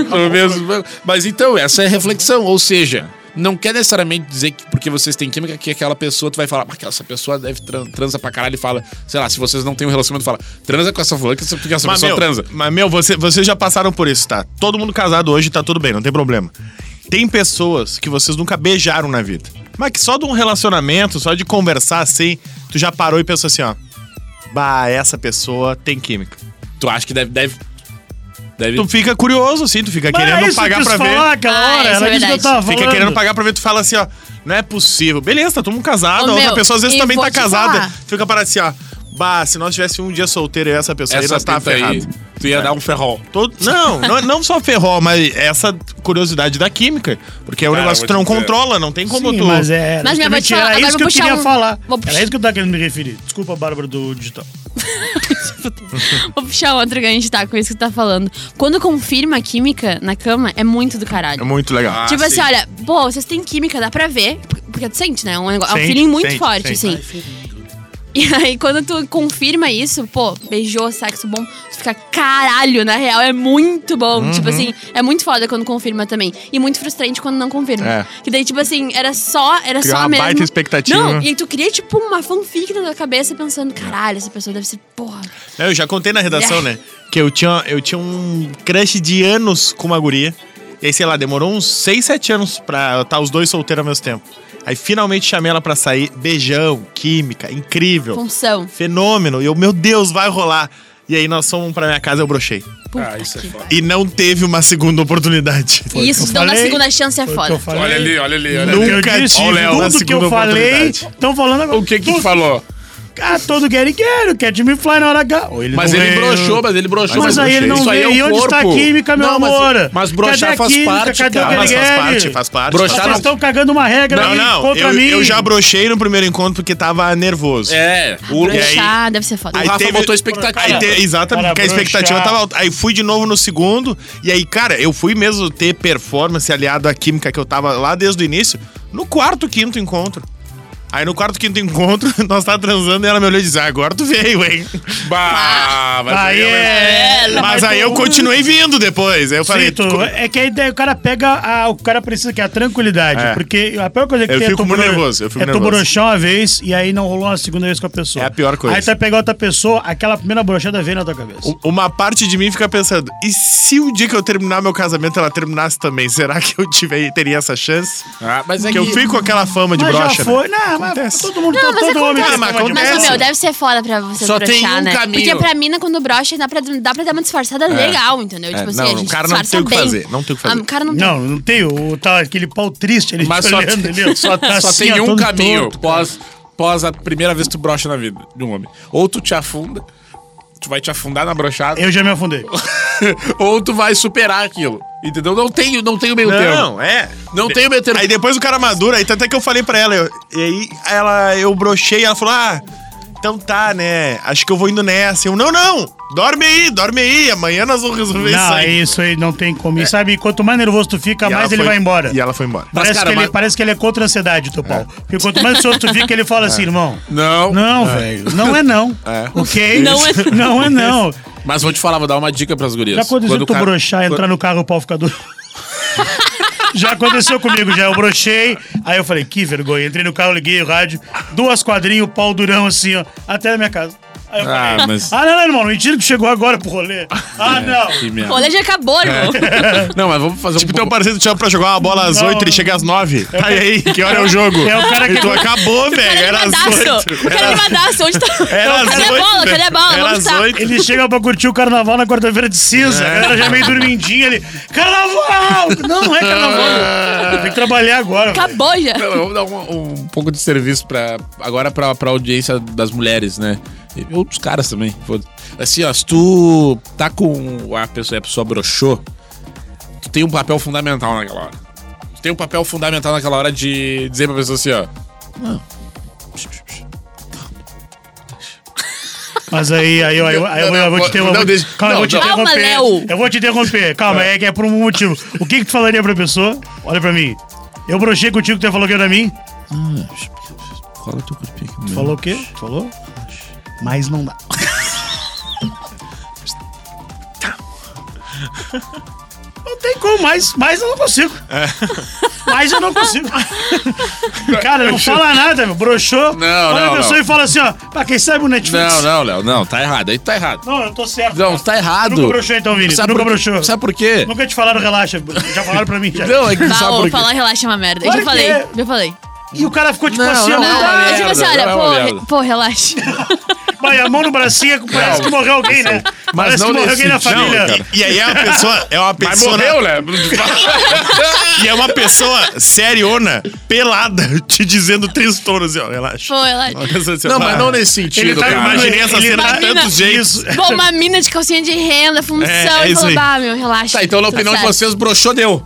Speaker 1: no mesmo. Mas então, essa é a reflexão. Ou seja, não quer necessariamente dizer que porque vocês têm química que aquela pessoa, tu vai falar, "Mas essa pessoa deve tran transa pra caralho e fala, sei lá, se vocês não têm um relacionamento, fala, transa com essa fulana que essa- porque essa pessoa
Speaker 4: meu,
Speaker 1: transa.
Speaker 4: Mas, meu, você, vocês já passaram por isso, tá? Todo mundo casado hoje, tá tudo bem, não tem problema. Tem pessoas que vocês nunca beijaram na vida. Mas que só de um relacionamento, só de conversar assim, tu já parou e pensou assim, ó. Bah, essa pessoa tem química.
Speaker 1: Tu acha que deve. deve, deve
Speaker 4: Tu fica curioso, assim, tu fica
Speaker 2: Mas é
Speaker 4: querendo
Speaker 2: isso que eu
Speaker 4: pagar
Speaker 2: quis
Speaker 4: pra ver.
Speaker 2: falar aquela
Speaker 3: Ah,
Speaker 2: hora, ela
Speaker 3: isso é
Speaker 2: disse que eu
Speaker 3: verdade.
Speaker 2: tava
Speaker 4: Fica
Speaker 2: falando.
Speaker 4: querendo pagar pra ver, tu fala assim, ó. Não é possível. Beleza, tá todo mundo casado,
Speaker 3: Ô,
Speaker 4: a outra
Speaker 3: meu,
Speaker 4: pessoa às vezes
Speaker 3: e
Speaker 4: também
Speaker 3: vou
Speaker 4: tá
Speaker 3: te
Speaker 4: casada.
Speaker 3: falar.
Speaker 4: Tu fica parado assim, ó. Bah, se nós tivéssemos um dia solteiro e essa pessoa aí,
Speaker 1: essa
Speaker 4: nós tava
Speaker 1: pinta aí,
Speaker 4: tá ferrado. É.
Speaker 1: tu ia dar um ferrol.
Speaker 4: Todo- não, não, não só ferrol, mas essa curiosidade da química. Porque é um
Speaker 1: Cara,
Speaker 4: negócio que tu
Speaker 1: vou
Speaker 4: não
Speaker 1: te dizer.
Speaker 4: controla, não tem como
Speaker 2: Sim,
Speaker 4: tu.
Speaker 2: mas é,
Speaker 3: Mas, minha, vou te
Speaker 2: justamente
Speaker 3: falar,
Speaker 2: era isso
Speaker 3: agora eu
Speaker 2: que eu
Speaker 3: vou puxar
Speaker 2: queria
Speaker 3: um-
Speaker 2: falar.
Speaker 3: vou puxar-
Speaker 2: Era isso que eu tava querendo me referir. Desculpa, Bárbara, do digital.
Speaker 3: Vou puxar outro que a gente tá com isso que tu tá falando. Quando confirma a química na cama, é muito do caralho.
Speaker 4: É muito legal.
Speaker 1: Ah,
Speaker 3: tipo
Speaker 1: sim.
Speaker 3: assim, olha, pô, vocês têm química, dá pra ver. Porque tu sente, né? É um, nego- é um
Speaker 4: Sente,
Speaker 3: feeling muito
Speaker 4: sente,
Speaker 3: forte,
Speaker 4: sente.
Speaker 3: assim. E aí, quando tu confirma isso, pô, beijou, sexo bom, tu fica caralho, na real, é muito bom.
Speaker 4: Uhum.
Speaker 3: Tipo assim, é muito foda quando confirma também. E muito frustrante quando não confirma.
Speaker 4: É.
Speaker 3: Que daí, tipo assim, era só, era
Speaker 4: Criar
Speaker 3: só
Speaker 4: uma
Speaker 3: mesmo.
Speaker 4: baita expectativa.
Speaker 3: Não, e aí tu cria, tipo, uma fanfic na tua cabeça pensando, caralho, essa pessoa deve ser, porra.
Speaker 4: Eu já contei na redação,
Speaker 3: É.
Speaker 4: né? Que eu tinha, eu tinha um crush de tá anos com uma guria. E aí, sei lá, demorou uns 6, 7 anos pra estar os dois solteiros ao mesmo tempo. Aí finalmente chamei ela pra sair. Beijão, química, incrível.
Speaker 3: Função.
Speaker 4: Fenômeno. E eu, meu Deus, vai rolar. E aí nós fomos pra minha casa, eu brochei.
Speaker 3: Puta
Speaker 1: Ah, isso é
Speaker 3: que
Speaker 1: foda.
Speaker 3: pariu.
Speaker 4: E não teve uma segunda oportunidade.
Speaker 3: E Isso,
Speaker 2: eu
Speaker 3: não dá
Speaker 2: falei,
Speaker 3: segunda chance é
Speaker 2: Foi o que eu
Speaker 3: foda.
Speaker 2: falei.
Speaker 1: Olha ali, olha ali, olha ali.
Speaker 4: Nunca-
Speaker 2: Eu disse
Speaker 4: Ó, o Léo, na
Speaker 2: tudo que eu
Speaker 4: segunda
Speaker 2: falei.
Speaker 4: oportunidade.
Speaker 2: Estão falando agora.
Speaker 1: O que que
Speaker 2: Tudo-
Speaker 1: falou?
Speaker 2: Ah, todo guerreiro quero, quer de me fly na hora H. Ou
Speaker 1: Mas
Speaker 2: não
Speaker 1: ele
Speaker 2: veio.
Speaker 1: broxou, mas ele broxou.
Speaker 2: Mas aí ele não
Speaker 1: isso aí
Speaker 2: veio.
Speaker 1: é o
Speaker 2: E onde está a
Speaker 1: corpo.
Speaker 2: química, meu
Speaker 1: Não, mas-
Speaker 2: amor?
Speaker 1: Mas
Speaker 2: Cadê
Speaker 1: broxar
Speaker 2: a
Speaker 1: faz
Speaker 2: química?
Speaker 1: parte,
Speaker 2: Cadê o
Speaker 1: cara.
Speaker 4: Mas faz
Speaker 2: Guerreiro?
Speaker 4: parte, faz parte.
Speaker 1: Broxar
Speaker 4: faz
Speaker 1: não-
Speaker 2: Vocês
Speaker 4: parte.
Speaker 2: estão cagando uma regra
Speaker 4: Não,
Speaker 2: aí
Speaker 4: não,
Speaker 2: contra
Speaker 4: eu,
Speaker 2: mim.
Speaker 4: eu já brochei no primeiro encontro porque tava nervoso.
Speaker 1: É, o
Speaker 4: E aí-
Speaker 3: Broxar deve ser foda.
Speaker 4: Aí
Speaker 1: O Rafa
Speaker 4: teve-
Speaker 1: botou expectativa.
Speaker 4: Aí te- exatamente,
Speaker 2: Cara,
Speaker 4: porque a expectativa
Speaker 2: broxar.
Speaker 4: tava alta. Aí fui de novo no segundo, e aí, cara, eu fui mesmo ter performance aliado à química que eu tava lá desde o início, no quarto, quinto encontro. Aí no quarto, quinto encontro, nós tava transando e ela me olhou e disse: ah, agora tu veio, hein? Ah,
Speaker 1: Bah, mas
Speaker 2: Aí
Speaker 1: eu-
Speaker 2: é.
Speaker 4: Mas aí eu continuei vindo depois. Aí eu falei,
Speaker 2: Sim, tu-
Speaker 4: "Co-
Speaker 2: é que a ideia, o cara pega, a- o cara precisa que é a tranquilidade,
Speaker 4: É.
Speaker 2: porque a pior coisa que
Speaker 4: Eu
Speaker 2: tem
Speaker 4: fico
Speaker 2: é tu
Speaker 4: muito
Speaker 2: bro-
Speaker 4: nervoso, eu fico
Speaker 2: é tu
Speaker 4: nervoso.
Speaker 2: broxar uma vez e aí não rolou uma segunda vez com a pessoa.
Speaker 4: É a pior coisa.
Speaker 2: Aí tu vai pegar outra pessoa, aquela primeira brochada vem na tua cabeça.
Speaker 4: U- Uma parte de mim fica pensando, e se o dia que eu terminar meu casamento ela terminasse também, será que eu tive, teria essa chance?
Speaker 1: Ah, mas é
Speaker 4: Porque eu
Speaker 1: que-
Speaker 4: fico com aquela fama de
Speaker 2: mas
Speaker 4: brocha.
Speaker 2: já
Speaker 4: né?
Speaker 2: foi, não, mas
Speaker 4: Acontece.
Speaker 2: todo mundo, tá
Speaker 3: Não, mas é
Speaker 2: todo homem assim, é tem
Speaker 3: acontece.
Speaker 4: Ah,
Speaker 2: essa
Speaker 4: mas
Speaker 2: mania.
Speaker 3: Mas,
Speaker 4: acontece.
Speaker 3: ô, meu, deve ser foda pra você
Speaker 1: Só
Speaker 3: broxar,
Speaker 1: tem um
Speaker 3: né?
Speaker 1: caminho.
Speaker 3: Porque pra mina, quando broxa, dá pra, dá pra dar uma disfarçada legal, entendeu?
Speaker 4: É,
Speaker 3: Tipo assim,
Speaker 4: não,
Speaker 3: a gente
Speaker 4: o cara não
Speaker 3: disfarça
Speaker 4: tem o que
Speaker 3: bem.
Speaker 4: fazer, não tem o que fazer.
Speaker 3: Ah, o cara não,
Speaker 2: Não, não tem o, tá, aquele pau triste ali
Speaker 1: Mas
Speaker 2: te
Speaker 1: só,
Speaker 2: olhando
Speaker 1: tem-
Speaker 2: ali, ó.
Speaker 1: só,
Speaker 2: Tá
Speaker 1: só
Speaker 2: assim,
Speaker 1: tem
Speaker 2: ó,
Speaker 1: um
Speaker 2: todo
Speaker 1: caminho
Speaker 2: torto.
Speaker 1: pós, pós a primeira vez que tu brocha na vida de um homem. Ou tu te afunda, tu vai te afundar na brochada,
Speaker 2: Eu já me afundei.
Speaker 1: ou tu vai superar aquilo. Entendeu? Não tem, não tem o meio termo.
Speaker 4: Não, é.
Speaker 1: Não tem o meio termo.
Speaker 4: Aí depois o cara madura, aí até que eu falei pra ela, eu- e aí ela, eu brochei, ela falou, ah, então tá, né, acho que eu vou indo nessa. Eu, não, não, dorme aí, dorme aí, amanhã nós vamos resolver isso
Speaker 2: Não,
Speaker 4: aí.
Speaker 2: isso aí não tem como. E sabe, quanto mais nervoso tu fica,
Speaker 4: E ela
Speaker 2: mais ele
Speaker 4: foi-
Speaker 2: vai embora.
Speaker 4: E ela foi embora.
Speaker 1: Mas,
Speaker 2: Parece,
Speaker 1: cara,
Speaker 2: que ele,
Speaker 1: mas-
Speaker 2: parece que ele é contra a ansiedade, teu pau. Porque quanto mais ansioso tu fica, ele fala assim, irmão.
Speaker 1: Não.
Speaker 2: Não, velho. Não é não. Ok? Não é não. É não.
Speaker 1: Mas vou te falar, vou dar uma dica pras gurias.
Speaker 2: Já aconteceu
Speaker 1: Quando o
Speaker 2: tu
Speaker 1: cara-
Speaker 2: broxar, entrar no carro e o pau ficar duro. Já aconteceu comigo, já. Eu brochei, aí eu falei, que vergonha. Entrei no carro, liguei o rádio, duas quadrinhas, o pau durão assim, ó, até na minha casa. Aí eu falei,
Speaker 1: Ah, mas...
Speaker 2: ah, não, não, irmão, mentira que chegou agora pro rolê. Ah, não.
Speaker 1: Que merda.
Speaker 3: O rolê já acabou,
Speaker 4: É,
Speaker 3: irmão.
Speaker 1: Não, mas vamos fazer
Speaker 4: Tipo,
Speaker 1: um
Speaker 4: teu parceiro te chama pra jogar uma bola às
Speaker 2: Não,
Speaker 4: oito e
Speaker 2: não.
Speaker 4: chega às nove. Tá aí, que hora é o jogo?
Speaker 2: É o cara que-
Speaker 4: E tu acabou, velho,
Speaker 3: Cadê
Speaker 4: era às
Speaker 3: animadaço?
Speaker 4: oito.
Speaker 3: Cadê animadaço? Onde tá?
Speaker 4: Era às
Speaker 3: Cadê a
Speaker 4: oito,
Speaker 3: bola?
Speaker 4: velho.
Speaker 3: Cadê a bola?
Speaker 4: Era
Speaker 3: é Vamos
Speaker 4: às
Speaker 3: estar.
Speaker 4: oito.
Speaker 2: Ele chega pra curtir o carnaval na quarta-feira de cinza. A galera já é meio dormindinha ali. Carnaval! Não, não é carnaval. Tem que trabalhar agora. velho.
Speaker 3: Acabou já.
Speaker 1: Não, Vamos dar um, um pouco de serviço pra, agora pra, pra audiência das mulheres, né? E outros caras também. foda-se. Assim, ó, se tu tá com a pessoa, a pessoa broxou, tu tem um papel fundamental naquela hora. Tu tem um papel fundamental naquela hora de dizer pra pessoa assim, ó.
Speaker 2: Mas aí, aí, aí, aí, aí eu- eu vou te interromper.
Speaker 1: Não, deixa-
Speaker 2: Calma, eu vou te
Speaker 1: não, não.
Speaker 3: Calma,
Speaker 2: interromper.
Speaker 3: Léo.
Speaker 2: Eu vou te interromper. Calma, é que é por um motivo. O que, que tu falaria pra pessoa? Olha pra mim. Eu brochei contigo, tu falou o que pra mim?
Speaker 1: Cola Ah, teu corpinho aqui no meu.
Speaker 2: Falou o quê? Falou? Mas não dá. Não tem como, mas, mas eu não consigo.
Speaker 1: É.
Speaker 2: Mas eu não consigo. Cara, não fala nada, meu. Broxou.
Speaker 1: Não,
Speaker 2: olha
Speaker 1: não,
Speaker 2: a pessoa
Speaker 1: não.
Speaker 2: e fala assim, ó. Pra quem sabe o Netflix.
Speaker 1: Não, não, Léo, não, tá errado. Aí tu tá errado.
Speaker 2: Não, eu tô certo.
Speaker 1: Não, tu tá errado.
Speaker 2: Nunca broxou então, Vini.
Speaker 1: Sabe
Speaker 2: Nunca
Speaker 1: por quê?
Speaker 2: broxou.
Speaker 1: Sabe por quê?
Speaker 2: Nunca te falaram, relaxa. Já falaram pra mim. Já.
Speaker 1: Não, é que sabe
Speaker 3: Bah,
Speaker 1: por
Speaker 3: ô,
Speaker 1: quê?
Speaker 3: falar relaxa é uma merda. Eu já
Speaker 2: Claro
Speaker 3: falei,
Speaker 2: que é.
Speaker 3: já falei.
Speaker 2: E o cara ficou tipo
Speaker 1: Não,
Speaker 2: assim, ó.
Speaker 1: não,
Speaker 3: Não,
Speaker 1: uma
Speaker 3: eu
Speaker 1: merda,
Speaker 3: digo assim,
Speaker 1: não é
Speaker 3: olha,
Speaker 1: uma
Speaker 3: pô,
Speaker 1: merda.
Speaker 3: re- pô, relaxa.
Speaker 2: Vai, a mão no bracinho, parece que morreu alguém, né? parece
Speaker 1: não
Speaker 2: que morreu
Speaker 1: nesse
Speaker 2: alguém na
Speaker 1: dia,
Speaker 2: família.
Speaker 1: cara.
Speaker 4: E aí é uma pessoa, é uma
Speaker 1: Mas
Speaker 4: pessoa
Speaker 2: né?
Speaker 1: morreu, Léo.
Speaker 4: E é uma pessoa seriona, pelada, te dizendo tristona, assim, ó, relaxa.
Speaker 3: Pô, relaxa.
Speaker 1: Não, mas não nesse sentido,
Speaker 2: tá
Speaker 1: cara.
Speaker 4: Imaginei essa
Speaker 2: Ele
Speaker 4: cena
Speaker 3: tá-
Speaker 4: de tantos jeitos.
Speaker 2: Isso.
Speaker 3: Pô, uma mina de calcinha de renda, função.
Speaker 4: É, é
Speaker 3: e
Speaker 4: isso aí.
Speaker 3: falou, bah, meu, relaxa.
Speaker 1: Tá, então na
Speaker 3: Tudo
Speaker 1: opinião de
Speaker 3: certo.
Speaker 1: vocês, broxou, deu.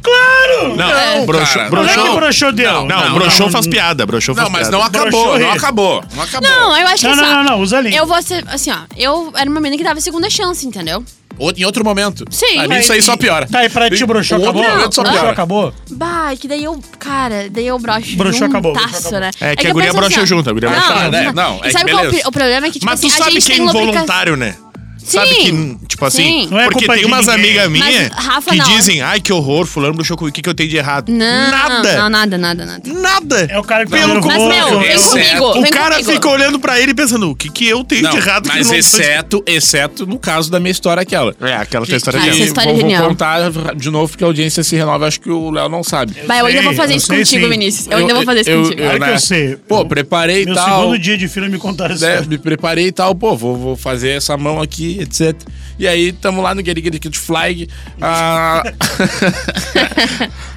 Speaker 2: Claro!
Speaker 4: Não,
Speaker 3: É.
Speaker 4: broxou,
Speaker 1: Cara,
Speaker 2: Não é que
Speaker 4: broxou.
Speaker 2: broxou deu.
Speaker 4: Não, broxou faz piada, broxou faz
Speaker 1: Não, mas
Speaker 4: piada.
Speaker 1: não acabou,
Speaker 2: Broxou
Speaker 1: não
Speaker 2: ele.
Speaker 1: acabou, não acabou.
Speaker 3: Não, eu acho que
Speaker 2: Não,
Speaker 3: assim,
Speaker 2: não,
Speaker 3: ó,
Speaker 2: não, não, usa a linha.
Speaker 3: Eu vou ser, assim, ó. Eu era uma menina que dava segunda chance, entendeu?
Speaker 1: Outro- em outro momento.
Speaker 3: Sim.
Speaker 1: Ali isso aí só piora. um
Speaker 2: Tá, e pra ti, broxou
Speaker 1: Outro
Speaker 2: acabou?
Speaker 1: momento só
Speaker 3: Não.
Speaker 2: Broxou
Speaker 1: piora.
Speaker 2: acabou?
Speaker 3: Bah, é que daí eu, cara, daí eu broxo.
Speaker 2: Broxou,
Speaker 3: de um
Speaker 2: acabou, broxou,
Speaker 3: Taço,
Speaker 2: acabou.
Speaker 3: né?
Speaker 4: É que a
Speaker 3: eu
Speaker 4: guria
Speaker 3: penso
Speaker 4: broxa junto, a guria
Speaker 3: não,
Speaker 4: broxa
Speaker 1: junto.
Speaker 3: não,
Speaker 1: É, não,
Speaker 3: e
Speaker 1: é que
Speaker 3: sabe qual é o
Speaker 1: beleza.
Speaker 3: pri- o problema? É que, tipo
Speaker 4: Mas
Speaker 3: assim,
Speaker 4: tu
Speaker 3: a
Speaker 4: sabe
Speaker 3: gente
Speaker 4: que é
Speaker 3: tem lubrica-
Speaker 4: involuntário, né? Sabe
Speaker 3: Sim,
Speaker 4: que, tipo assim,
Speaker 3: sim.
Speaker 2: Não é
Speaker 4: porque
Speaker 2: culpa
Speaker 4: tem
Speaker 2: de
Speaker 4: umas
Speaker 2: ninguém.
Speaker 4: amigas minhas
Speaker 3: Mas, Rafa,
Speaker 4: que
Speaker 3: não.
Speaker 4: dizem, ai que horror, fulano bruxou comigo, o que, que eu tenho de errado?
Speaker 3: Não,
Speaker 4: é nada!
Speaker 3: Não, nada, nada, nada.
Speaker 4: Nada!
Speaker 2: É o cara que tá
Speaker 4: Pelo
Speaker 2: dando
Speaker 3: Mas,
Speaker 2: gol,
Speaker 3: meu, vem
Speaker 1: exceto-
Speaker 3: comigo,
Speaker 4: O
Speaker 3: vem
Speaker 4: cara
Speaker 3: comigo.
Speaker 4: fica olhando pra ele pensando, o que, que eu tenho
Speaker 1: Não,
Speaker 4: de errado que
Speaker 1: mas
Speaker 4: não
Speaker 1: exceto, exceto no caso da minha história aquela.
Speaker 4: É, aquela tua história
Speaker 3: Ah,
Speaker 4: de
Speaker 3: essa
Speaker 4: errado.
Speaker 3: história é
Speaker 1: vou, vou
Speaker 3: genial.
Speaker 1: contar de novo porque a audiência se renova. Acho que o Léo não sabe. né?
Speaker 3: Vai, eu ainda vou
Speaker 2: sei,
Speaker 3: fazer
Speaker 2: eu
Speaker 3: isso
Speaker 2: sei,
Speaker 3: contigo,
Speaker 2: sim.
Speaker 3: Vinícius. Eu, ainda vou fazer isso contigo.
Speaker 2: Claro É que eu sei.
Speaker 1: Pô, preparei e
Speaker 2: Meu
Speaker 1: tal.
Speaker 2: segundo dia de filme me contaram isso.
Speaker 1: né, me preparei e tal, pô, vou, vou fazer essa mão aqui, etc. E aí, tamo lá no Guerri Guerri Kid Flag. A...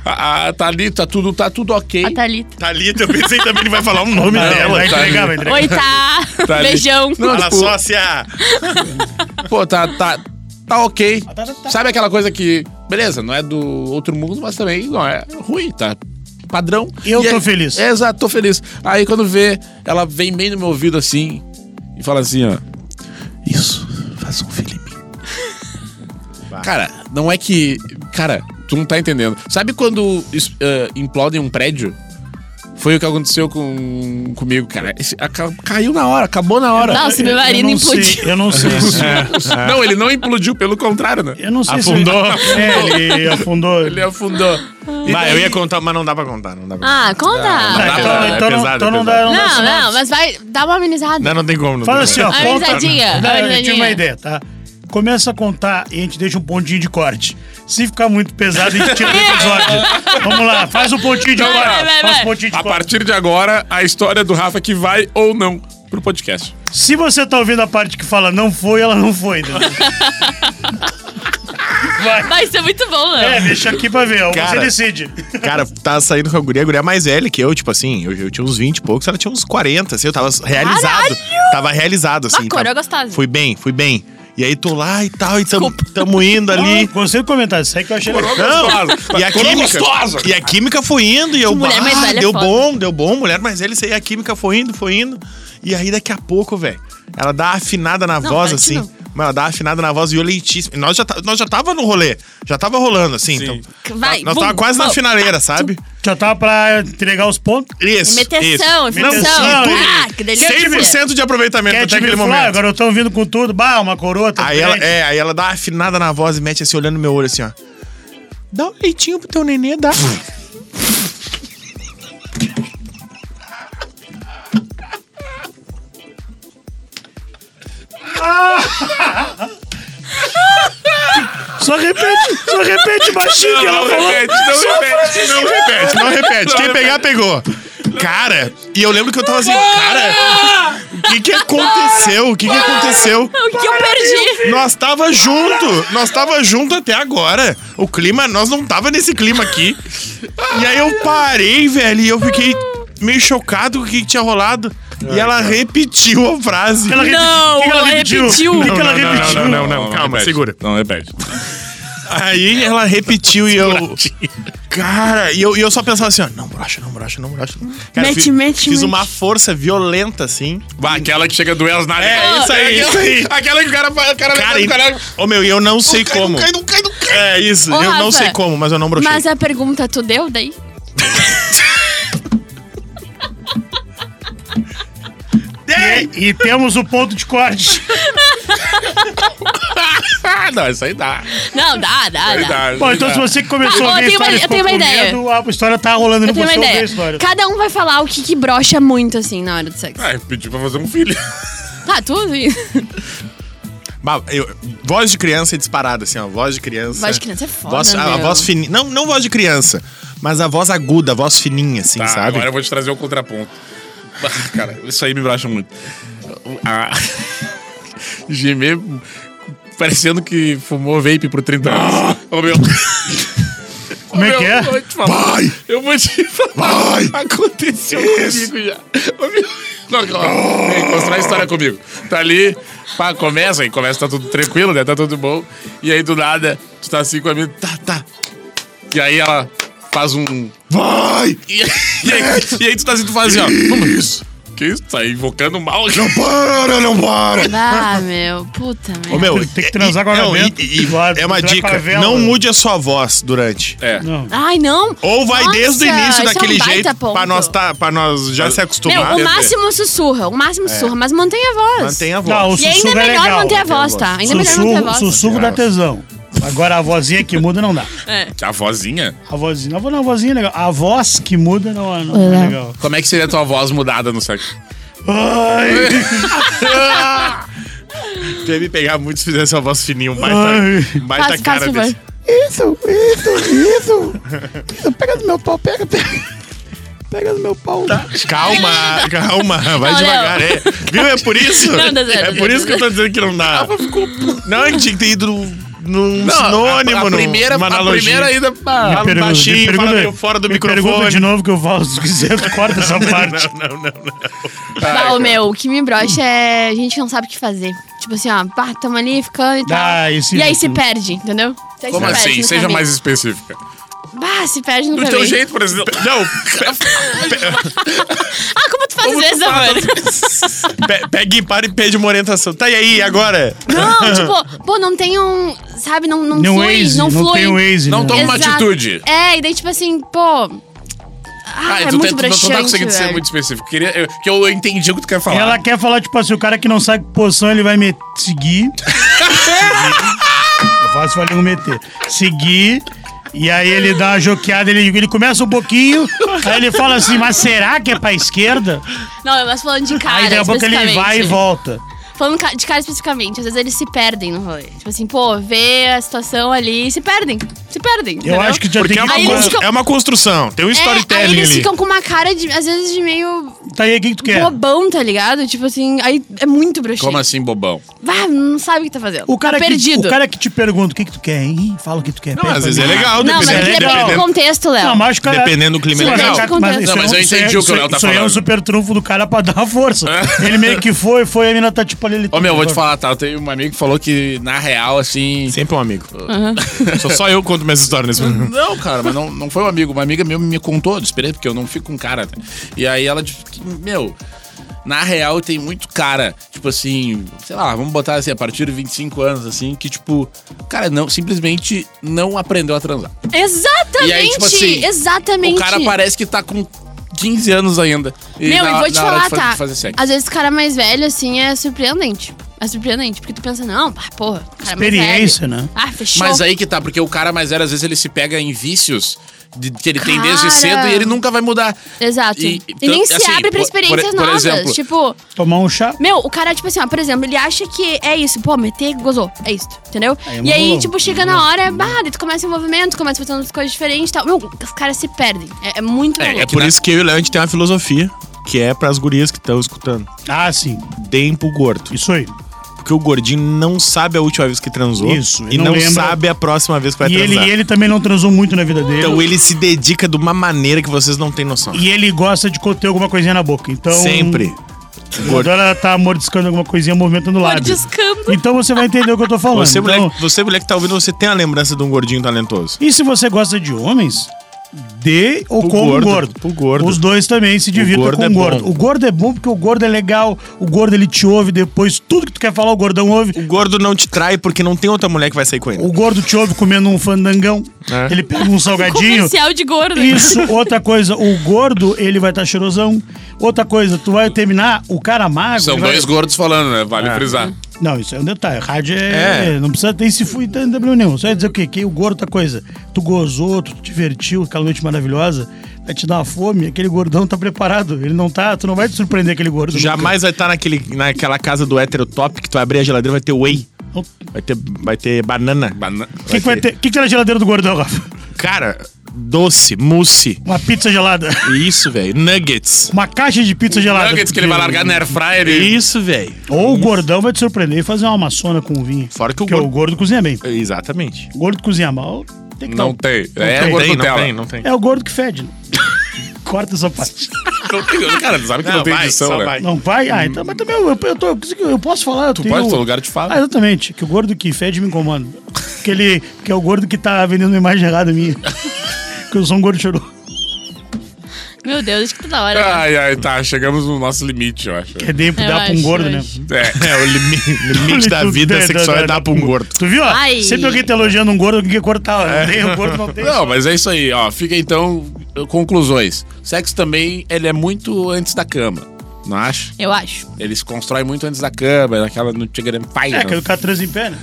Speaker 1: a, a Thalita, tudo, Ah, tá tudo ok.
Speaker 3: A Thalita.
Speaker 4: Thalita, Tá eu pensei também, ele vai falar o nome
Speaker 2: Não, é
Speaker 4: dela.
Speaker 2: vai entregar, vai entregar.
Speaker 3: Oi, tá.
Speaker 1: Thalita.
Speaker 3: Beijão.
Speaker 1: Não,
Speaker 4: Fala
Speaker 1: tipo,
Speaker 4: sócia!
Speaker 1: Pô, tá, tá, tá ok.
Speaker 2: Tá, tá, tá.
Speaker 1: Sabe aquela coisa que, beleza, não é do outro mundo, mas também não é ruim, tá? Padrão.
Speaker 2: Eu
Speaker 1: E
Speaker 2: tô
Speaker 1: aí-
Speaker 2: feliz.
Speaker 1: É, exato, tô feliz. Aí quando vê, ela vem bem no meu ouvido assim e fala assim, ó. Isso, faz um filme. Cara, não é que. Cara, tu não tá entendendo. Sabe quando es- eh, implodem um prédio? Foi o que aconteceu com, comigo, cara. Esse- aca- caiu na hora, acabou na hora.
Speaker 3: Nossa, meu
Speaker 2: Eu
Speaker 3: marido
Speaker 2: não sei,
Speaker 3: implodiu.
Speaker 2: Eu não sei se...
Speaker 1: Não, ele não implodiu, pelo contrário, né?
Speaker 2: Eu não sei
Speaker 4: Afundou.
Speaker 2: se... É, ele afundou.
Speaker 1: Ele afundou. E
Speaker 4: Vai,
Speaker 1: daí-
Speaker 4: eu ia contar, mas não dá pra contar, não dá pra
Speaker 3: Ah,
Speaker 2: Tá,
Speaker 4: Ah,
Speaker 3: conta.
Speaker 4: é
Speaker 2: então,
Speaker 4: pesado,
Speaker 2: então,
Speaker 4: é
Speaker 2: não-
Speaker 4: pesado,
Speaker 2: então
Speaker 4: é
Speaker 2: não dá...
Speaker 4: pesado.
Speaker 2: Não, dá
Speaker 3: Não,
Speaker 2: sinopse.
Speaker 3: não, mas vai dar uma amenizada.
Speaker 4: Não, não tem como. Não
Speaker 2: Fala
Speaker 4: tem
Speaker 2: assim, ó.
Speaker 4: como.
Speaker 3: A
Speaker 2: Volta-
Speaker 3: risadinha, a
Speaker 2: Não, eu tive
Speaker 3: risadinha.
Speaker 2: uma ideia, tá? Começa a contar e a gente deixa um pontinho de corte. Se ficar muito pesado, a gente tira do episódio. Vamos lá, faz um pontinho de
Speaker 3: Vai,
Speaker 2: corte.
Speaker 3: vai,
Speaker 2: faz
Speaker 3: vai, vai.
Speaker 2: um pontinho de
Speaker 1: A
Speaker 2: corte.
Speaker 1: partir de agora, a história do Rafa que vai ou não pro podcast.
Speaker 2: Se você tá ouvindo a parte que fala não foi, ela não foi. entendeu? vai.
Speaker 3: Vai ser muito bom,
Speaker 2: É,
Speaker 3: né?
Speaker 2: deixa aqui pra ver. ó, Você
Speaker 4: Cara.
Speaker 2: decide.
Speaker 4: Cara, tá saindo com a guria, a guria mais velha que eu, tipo assim, eu, eu tinha uns 20 e poucos, ela tinha uns 40, assim, eu tava realizado. Tava realizado, assim.
Speaker 3: Ah, cor,
Speaker 4: tava-
Speaker 3: eu gostava.
Speaker 4: Fui bem, fui bem. E aí tô lá e tal, e tamo, tamo indo ali.
Speaker 2: Ah, Gostei do comentário. Isso aí que eu achei legal.
Speaker 4: Não,
Speaker 2: Tá
Speaker 4: e a
Speaker 1: Coroa
Speaker 4: química,
Speaker 1: gostosa.
Speaker 4: e a química foi indo e eu,
Speaker 3: mulher mais
Speaker 4: ah,
Speaker 3: velha é
Speaker 4: deu
Speaker 3: foda.
Speaker 4: bom, deu bom, mulher mais velha, isso aí, a química foi indo, foi indo. E aí daqui a pouco, velho, ela dá uma afinada na
Speaker 3: Não,
Speaker 4: voz,
Speaker 3: para que
Speaker 4: assim.
Speaker 3: não.
Speaker 4: Mas ela dá uma afinada na voz violentíssima. E Nós já, tá- nós já tava no rolê, já tava rolando, assim. Então,
Speaker 3: Vai,
Speaker 4: nós
Speaker 3: bum,
Speaker 4: tava quase na
Speaker 3: bum.
Speaker 4: finaleira, sabe?
Speaker 2: Já tava pra entregar os pontos.
Speaker 4: Isso.
Speaker 3: Meteção,
Speaker 4: isso.
Speaker 3: infusão.
Speaker 2: Não, sim.
Speaker 3: Ah, que delícia.
Speaker 4: 100% de aproveitamento
Speaker 2: Quer
Speaker 4: até
Speaker 2: te
Speaker 4: aquele
Speaker 2: inflar,
Speaker 4: momento.
Speaker 2: garotão vindo com tudo. Bah, uma coroa tá
Speaker 4: Aí ela, é, aí ela dá uma afinada na voz e mete assim, olhando no meu olho assim, ó. Dá um leitinho pro teu nenê, dá.
Speaker 2: Ah! Só repete, só repete baixinho que ela falou.
Speaker 1: não repete, não
Speaker 4: repete, não repete. Quem
Speaker 1: Não
Speaker 4: pegar, pegou. Cara, e eu lembro que eu tava assim, cara, o que que aconteceu? O que que aconteceu?
Speaker 3: O que eu perdi?
Speaker 4: Nós tava junto, nós tava junto até agora. O clima, nós não tava nesse clima aqui. E aí eu parei, velho, e eu fiquei meio chocado com o que que tinha rolado. E ela repetiu a frase.
Speaker 2: Que ela repetiu?
Speaker 3: Não,
Speaker 2: que que ela
Speaker 3: ela
Speaker 2: repetiu?
Speaker 3: repetiu.
Speaker 2: Que que ela
Speaker 4: Não, não, não,
Speaker 2: repetiu?
Speaker 4: não, não, não, calma,
Speaker 1: repete.
Speaker 4: segura.
Speaker 1: Não repete.
Speaker 4: Aí ela repetiu e eu. Cara, e eu, e eu só pensava assim, ó, não brocha, não brocha, não brocha. Cara,
Speaker 3: Mete,
Speaker 4: fi-
Speaker 3: mete,
Speaker 4: Fiz
Speaker 3: mete.
Speaker 4: uma força violenta, assim.
Speaker 1: Vai, aquela que chega a doer as nádegas. Ah,
Speaker 4: É, isso aí,
Speaker 1: aquela,
Speaker 4: isso aí.
Speaker 1: Aquela que o cara... O cara,
Speaker 4: Cara,
Speaker 1: levanta
Speaker 4: e-
Speaker 1: o cara
Speaker 4: Ô meu, e eu não sei
Speaker 1: cai,
Speaker 4: como.
Speaker 1: Não cai, não cai, não cai.
Speaker 4: É isso,
Speaker 3: Ô,
Speaker 4: eu não
Speaker 3: Rafa,
Speaker 4: sei como, mas eu não brochei.
Speaker 3: Mas a pergunta tu deu daí?
Speaker 2: E, e temos o ponto de corte.
Speaker 1: Ah, não, isso aí dá.
Speaker 3: Não, dá, dá,
Speaker 1: Isso aí
Speaker 3: dá.
Speaker 1: dá. isso
Speaker 2: Bom,
Speaker 1: aí
Speaker 2: então
Speaker 1: dá.
Speaker 2: se você que
Speaker 3: Tá
Speaker 2: começou
Speaker 3: bom,
Speaker 2: a
Speaker 3: eu
Speaker 2: ouvir a história
Speaker 3: tenho
Speaker 2: e
Speaker 3: uma- eu
Speaker 2: ficou
Speaker 3: tenho uma
Speaker 2: com
Speaker 3: ideia.
Speaker 2: medo, a história tá rolando,
Speaker 3: Eu
Speaker 2: não
Speaker 3: tenho uma
Speaker 2: conseguiu ouvir a
Speaker 3: ideia.
Speaker 2: história.
Speaker 3: Cada um vai falar o que, que brocha muito, assim, na hora do sexo.
Speaker 1: Ai, pediu pra fazer um filho.
Speaker 4: É.
Speaker 3: Tá, tudo isso.
Speaker 4: Bah, eu- voz de criança é disparada, assim, ó. Voz de criança.
Speaker 3: Voz de criança é foda,
Speaker 4: Voz- a, a
Speaker 3: meu.
Speaker 4: voz fininha. Não, não voz de criança, mas a voz aguda, a voz fininha, assim,
Speaker 1: Tá,
Speaker 4: sabe?
Speaker 1: agora eu vou te trazer o contraponto. Ah, Cara, isso aí me brocha muito. Ah, gemer parecendo que fumou vape por 30 anos. Ô, meu.
Speaker 2: Como é que é?
Speaker 1: Eu vou te falar.
Speaker 4: Vai!
Speaker 1: Eu vou te falar.
Speaker 4: Vai!
Speaker 1: Aconteceu
Speaker 4: Isso.
Speaker 1: comigo já. Ô, meu. Não, calma. Vem, constrói a história comigo. Tá ali, pá, começa, e começa, tá tudo tranquilo, né? Tá tudo bom. E aí, do nada, tu tá assim com a minha. Tá, tá. E aí ela faz um.
Speaker 4: Vai!
Speaker 1: E, e aí, e aí tu tá assim, tu faz assim, ó. Isso. que isso? Tá invocando mal.
Speaker 4: Não para, não para.
Speaker 3: Ah, meu, puta
Speaker 4: Ô,
Speaker 3: merda.
Speaker 4: meu,
Speaker 2: Tem que transar com a
Speaker 4: não,
Speaker 2: vento,
Speaker 4: e- e-
Speaker 2: claro,
Speaker 4: É uma
Speaker 2: transar com a
Speaker 4: dica,
Speaker 2: vela.
Speaker 4: não mude a sua voz durante.
Speaker 1: É.
Speaker 2: Não.
Speaker 3: Ai, não.
Speaker 4: Ou vai
Speaker 3: Nossa,
Speaker 4: desde o
Speaker 3: isso
Speaker 4: início
Speaker 3: é um
Speaker 4: daquele
Speaker 3: baita
Speaker 4: jeito
Speaker 3: ponto.
Speaker 4: pra nós, tá, pra nós já
Speaker 1: Meu,
Speaker 4: se
Speaker 3: Meu,
Speaker 4: acostumar.
Speaker 3: o máximo sussurra, o
Speaker 4: É.
Speaker 3: máximo sussurra, mas mantém a voz.
Speaker 4: Mantém a voz.
Speaker 2: Não, o
Speaker 3: E ainda é
Speaker 2: sussurro é
Speaker 3: melhor
Speaker 2: legal.
Speaker 3: manter a voz, tá? Ainda é melhor manter a
Speaker 2: Sussurro,
Speaker 3: voz.
Speaker 2: sussurro dá tesão. Agora a vozinha que muda não dá.
Speaker 1: A vozinha?
Speaker 2: A vozinha, não, a vozinha é legal. A voz que muda não, não é
Speaker 3: Olá.
Speaker 2: legal.
Speaker 1: Como é que seria a tua voz mudada no sexo?
Speaker 2: Ai,
Speaker 4: Deve pegar muito se fizesse uma voz fininha, um
Speaker 2: Ai.
Speaker 4: baita, um baita
Speaker 3: Faz- faz,
Speaker 4: cara
Speaker 3: por
Speaker 4: desse.
Speaker 3: favor.
Speaker 5: Isso, isso, isso. Isso, Pega do meu pau, pega, pega. Pega do meu pau.
Speaker 4: Calma, calma, vai
Speaker 3: Não,
Speaker 4: devagar.
Speaker 3: Léo.
Speaker 4: É. Viu? É por isso.
Speaker 3: Não, dá certo,
Speaker 4: é
Speaker 3: dá
Speaker 4: por
Speaker 3: certo,
Speaker 4: isso que eu tô dizendo que não dá. Não, a gente tinha que ter ido num
Speaker 1: Não,
Speaker 4: sinônimo,
Speaker 1: a, a
Speaker 4: num-
Speaker 1: primeira,
Speaker 4: numa
Speaker 1: a
Speaker 4: analogia.
Speaker 1: primeira ainda. tá
Speaker 4: Fala
Speaker 2: pergunta- me
Speaker 4: baixinho, fala
Speaker 2: pergunta-
Speaker 4: meio fora do
Speaker 2: me Pergunta de
Speaker 4: microfone.
Speaker 2: novo que eu falo, se quiser, tu corta essa parte.
Speaker 4: Não, não, não, não.
Speaker 3: Bah, ô, meu, o que me brocha é a gente que não sabe o que fazer. Tipo assim, ó, pá, tamo ali ficando e tal.
Speaker 2: Ah, isso
Speaker 3: e aí
Speaker 2: isso.
Speaker 3: se perde, entendeu? E aí
Speaker 1: Como
Speaker 3: se perde
Speaker 1: assim?
Speaker 3: no
Speaker 1: Seja
Speaker 3: caminho.
Speaker 1: mais específica.
Speaker 3: Bah, se perde no
Speaker 1: Do
Speaker 3: caminho.
Speaker 1: teu jeito, por exemplo. Não,
Speaker 3: Ah, como tu faz às vezes, amor?
Speaker 4: Pe- Pega e para e pede uma orientação. Tá, e aí, agora?
Speaker 3: Não, tipo, pô, não tem um. Sabe, não, não,
Speaker 2: Não
Speaker 3: flui,
Speaker 2: Waze,
Speaker 3: não
Speaker 2: não,
Speaker 3: flui.
Speaker 2: tem Waze.
Speaker 1: Não
Speaker 2: né?
Speaker 1: toma uma
Speaker 3: Exato.
Speaker 1: atitude.
Speaker 3: É, e daí, tipo assim, pô. Ah,
Speaker 1: Ah,
Speaker 3: é
Speaker 1: tu,
Speaker 3: muito
Speaker 1: tá, tu, não- tu não tá
Speaker 3: broxante,
Speaker 1: conseguindo ser
Speaker 3: velho.
Speaker 1: muito específico. Queria, eu- que eu entendi o que tu quer falar.
Speaker 2: Ela quer falar, tipo assim, o cara que não sabe que posição ele vai me seguir. eu faço o um meter. Seguir. E aí ele dá uma joqueada, ele, ele começa um pouquinho, aí ele fala assim, mas será que é pra esquerda?
Speaker 3: Não, mas falando de cara,
Speaker 2: aí daqui a pouco ele vai e
Speaker 3: especificamente.
Speaker 2: volta.
Speaker 3: Falando ca- de cara especificamente, às vezes eles se perdem no rolê. Tipo assim, pô, vê a situação ali e se perdem. Se perdem.
Speaker 2: Eu acho que já
Speaker 4: Porque é
Speaker 2: tem
Speaker 4: uma,
Speaker 3: Aí
Speaker 2: que...
Speaker 3: eles
Speaker 4: cons-
Speaker 3: ficam-
Speaker 4: é uma construção. Tem um
Speaker 3: é, aí
Speaker 4: storytelling
Speaker 3: eles
Speaker 4: ali.
Speaker 3: ficam com uma cara, de, às vezes, de meio
Speaker 2: Tá aí, o que que tu quer?
Speaker 3: bobão, tá ligado? Tipo assim, aí é muito broxinho.
Speaker 1: Como assim, bobão?
Speaker 3: Vá, não sabe o que tá fazendo.
Speaker 2: O cara,
Speaker 3: Tá
Speaker 2: que,
Speaker 3: perdido.
Speaker 2: o cara que te pergunta o que, que tu quer, hein? Fala o que tu quer.
Speaker 4: Não,
Speaker 2: pega
Speaker 4: às
Speaker 2: pra
Speaker 4: vezes é
Speaker 2: mim.
Speaker 4: legal,
Speaker 3: Não, mas
Speaker 4: dependendo.
Speaker 3: aqui é pra
Speaker 4: dependendo-
Speaker 3: o contexto, Léo.
Speaker 2: Não, mas o cara-
Speaker 4: Dependendo do clima, é
Speaker 2: Sim,
Speaker 4: legal.
Speaker 2: cara- mas
Speaker 3: Não,
Speaker 2: isso
Speaker 1: mas
Speaker 2: é um-
Speaker 1: eu entendi
Speaker 2: isso é-
Speaker 1: o que o Léo tá
Speaker 2: Isso aí é um
Speaker 1: falando.
Speaker 2: super trunfo do cara pra dar a força. ele meio que foi, foi, a mina tá tipo ali... ele-
Speaker 1: Ô, meu, eu vou te falar, tá? Eu tenho um amigo que falou que, na real, assim.
Speaker 4: Sempre um amigo. Só, só eu conto minhas histórias nesse momento.
Speaker 1: Não, cara, mas não, não foi um amigo. Uma amiga minha me contou, eu esperei, porque eu não fico com cara. né? E aí ela disse que, meu, na real tem muito cara, tipo assim, sei lá, vamos botar assim, a partir de 25 anos, assim, que, tipo, cara, não, simplesmente não aprendeu a transar.
Speaker 3: Exatamente!
Speaker 1: E aí, tipo assim,
Speaker 3: exatamente.
Speaker 1: O cara parece que tá com 15 anos ainda.
Speaker 3: Meu,
Speaker 1: na-
Speaker 3: e vou te
Speaker 1: na hora de
Speaker 3: falar,
Speaker 1: fazer-
Speaker 3: tá?
Speaker 1: de fazer sexo.
Speaker 3: Às vezes o cara mais velho, assim, é surpreendente. É surpreendente, porque tu pensa, não, pá, porra, o cara mais
Speaker 2: Experiência,
Speaker 3: velho.
Speaker 2: né?
Speaker 3: Ah, fechou.
Speaker 1: Mas aí que tá, porque o cara mais velho, às vezes, ele se pega em vícios de- que ele tem desde
Speaker 3: Cara.
Speaker 1: cedo e ele nunca vai mudar.
Speaker 3: Exato. E,
Speaker 1: E-
Speaker 3: nem
Speaker 1: então,
Speaker 3: se
Speaker 1: assim,
Speaker 3: abre pra
Speaker 1: por-
Speaker 3: experiências
Speaker 1: por- por
Speaker 3: novas.
Speaker 1: exemplo-
Speaker 3: tipo,
Speaker 2: Tomar um chá.
Speaker 3: meu, o cara, tipo assim, ó, por exemplo, ele acha que é isso, pô, meter, gozou, é isso, entendeu?
Speaker 2: Aí
Speaker 3: e aí,
Speaker 2: mudou.
Speaker 3: tipo, chega na hora, bah, daí tu começa o movimento, começa fazendo umas coisas diferentes e tal. Meu, os caras se perdem. É, é muito
Speaker 4: É,
Speaker 3: maluco.
Speaker 4: é por isso que eu e o Léo, a gente tem uma filosofia que é pras gurias que estão escutando.
Speaker 2: Ah, sim.
Speaker 4: Deem pro gordo.
Speaker 2: Isso aí.
Speaker 4: Porque o gordinho não sabe a última vez que transou.
Speaker 2: Isso, ele
Speaker 4: E
Speaker 2: não
Speaker 4: não,
Speaker 2: lembra.
Speaker 4: sabe a próxima vez que vai
Speaker 2: E ele,
Speaker 4: transar.
Speaker 2: e ele também não transou muito na vida dele.
Speaker 4: Então ele se dedica de uma maneira que vocês não têm noção.
Speaker 2: E ele gosta de ter alguma coisinha na boca. Então.
Speaker 4: Sempre.
Speaker 2: Quando ela tá mordiscando alguma coisinha, movimentando
Speaker 3: Tipo,
Speaker 2: o lábio.
Speaker 3: Mordiscando.
Speaker 2: Então você vai entender o que eu tô falando.
Speaker 4: Você,
Speaker 2: Então,
Speaker 4: mulher, você, mulher que tá ouvindo, você tem a lembrança de um gordinho talentoso.
Speaker 2: E se você gosta de homens, dê ou
Speaker 4: Pro
Speaker 2: como
Speaker 4: gordo,
Speaker 2: gordo.
Speaker 4: pro gordo.
Speaker 2: Os dois também se divirtam
Speaker 4: gordo
Speaker 2: com
Speaker 4: é
Speaker 2: o
Speaker 4: bom.
Speaker 2: gordo. O gordo é bom porque o gordo é legal. O gordo ele te ouve depois. Tudo que tu quer falar, o gordão ouve.
Speaker 4: O gordo não te trai porque não tem outra mulher que vai sair com ele.
Speaker 2: O gordo te ouve comendo um fandangão.
Speaker 4: É.
Speaker 2: Ele pega um salgadinho.
Speaker 3: Comercial de gordo.
Speaker 2: Isso, outra coisa, o gordo, ele vai estar cheirosão. Outra coisa, tu vai terminar, o cara magro.
Speaker 1: São
Speaker 2: ele vai-
Speaker 1: dois gordos falando, né? Vale frisar.
Speaker 2: Não, isso é um detalhe. Rádio é.
Speaker 4: É.
Speaker 2: Não precisa ter esse fui tanto problema nenhum. Só ia dizer o quê? Que o gordo, outra coisa. Tu gozou, tu te divertiu, aquela noite maravilhosa. Vai te dar uma fome, aquele gordão tá preparado. Ele não tá, tu não vai te surpreender aquele gordo.
Speaker 4: Jamais vai estar naquele, naquela casa do hétero top que tu vai abrir a geladeira vai ter whey.
Speaker 2: O
Speaker 4: Vai ter, vai ter banana.
Speaker 1: Bana-
Speaker 2: que, que vai ter? O que, que tá na geladeira do gordão, Rafa?
Speaker 4: Cara, doce, mousse.
Speaker 2: Uma pizza gelada.
Speaker 4: Isso, velho. Nuggets.
Speaker 2: Uma caixa de pizza gelada.
Speaker 1: Nuggets é que ele vai largar na air fryer e...
Speaker 4: Isso, velho.
Speaker 2: Ou o gordão vai te surpreender e fazer uma maçona com vinho.
Speaker 4: Fora que o
Speaker 2: Porque
Speaker 4: gordo-
Speaker 2: o gordo cozinha bem.
Speaker 4: Exatamente.
Speaker 2: O gordo cozinha mal, tem que
Speaker 1: Não
Speaker 2: dar
Speaker 1: tem. É
Speaker 2: tem,
Speaker 1: gordo
Speaker 4: não
Speaker 1: Nutella.
Speaker 4: tem, não tem.
Speaker 2: um- É o gordo que fede. né? Corta essa parte.
Speaker 1: Não tem- Cara, tu sabe que não,
Speaker 4: Não,
Speaker 1: tem
Speaker 4: É, vai,
Speaker 1: edição,
Speaker 4: só
Speaker 1: né?
Speaker 4: vai.
Speaker 2: Não vai? Ah, então, mas também eu, eu, eu tô- eu posso falar. Eu
Speaker 1: Tu
Speaker 2: tenho...
Speaker 1: pode, tá teu lugar te fala.
Speaker 2: Ah, exatamente. Que o gordo que fede me incomoda. Que ele que é o gordo que tá vendendo uma imagem errada minha. que eu sou um gordo chorou.
Speaker 3: Meu Deus, acho que tá da hora.
Speaker 4: Ah.
Speaker 3: né?
Speaker 1: Ai, ai, tá. Chegamos no nosso limite, eu acho.
Speaker 2: É dei pra
Speaker 3: Eu
Speaker 2: dar pra um
Speaker 3: acho,
Speaker 2: gordo,
Speaker 3: eu
Speaker 2: né?
Speaker 3: acho.
Speaker 1: É.
Speaker 4: É, o limi- limite da vida sexual é dar pra um gordo.
Speaker 2: Tu viu? ó?
Speaker 3: Ai.
Speaker 2: Sempre alguém tá elogiando um gordo, alguém quer cortar.
Speaker 1: É.
Speaker 2: ó. Tem um gordo, não tem.
Speaker 1: Não, mas é isso aí, ó. Fica então conclusões. Sexo também, ele é muito antes da cama. Não acha?
Speaker 3: Eu acho.
Speaker 1: Ele se constrói muito antes da cama, naquela no Tigre Pai.
Speaker 2: É, que o cara transa em pé, né?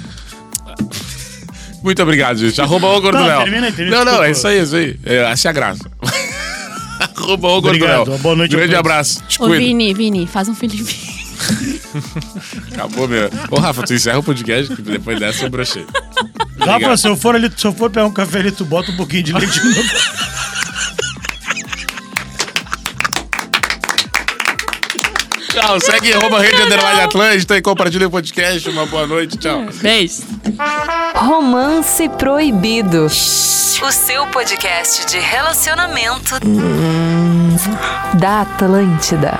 Speaker 1: Muito obrigado, gente. Arroba o Gordo
Speaker 2: Não,
Speaker 1: Léo.
Speaker 2: termina aí, termina,
Speaker 1: Não, não,
Speaker 2: desculpa.
Speaker 1: é isso aí, é isso aí. É, essa é a graça. Arroba o Gordo
Speaker 2: Obrigado,
Speaker 1: Léo.
Speaker 2: boa noite a
Speaker 1: Grande
Speaker 2: todos.
Speaker 1: abraço. Te
Speaker 3: Ô,
Speaker 1: cuido.
Speaker 3: Vini, Vini, faz um Felipe.
Speaker 1: Acabou, meu. Ô, Rafa, tu encerra o podcast, que depois dessa eu brochei. Tá
Speaker 2: Rafa, se eu for ali, se eu for pegar um café ali, tu bota um pouquinho de leite no
Speaker 1: Tchau, segue arroba Rede Underline Atlântida e compartilha o podcast. Uma boa noite, tchau.
Speaker 3: Beijo.
Speaker 6: Romance Proibido. O seu podcast de relacionamento da Atlântida.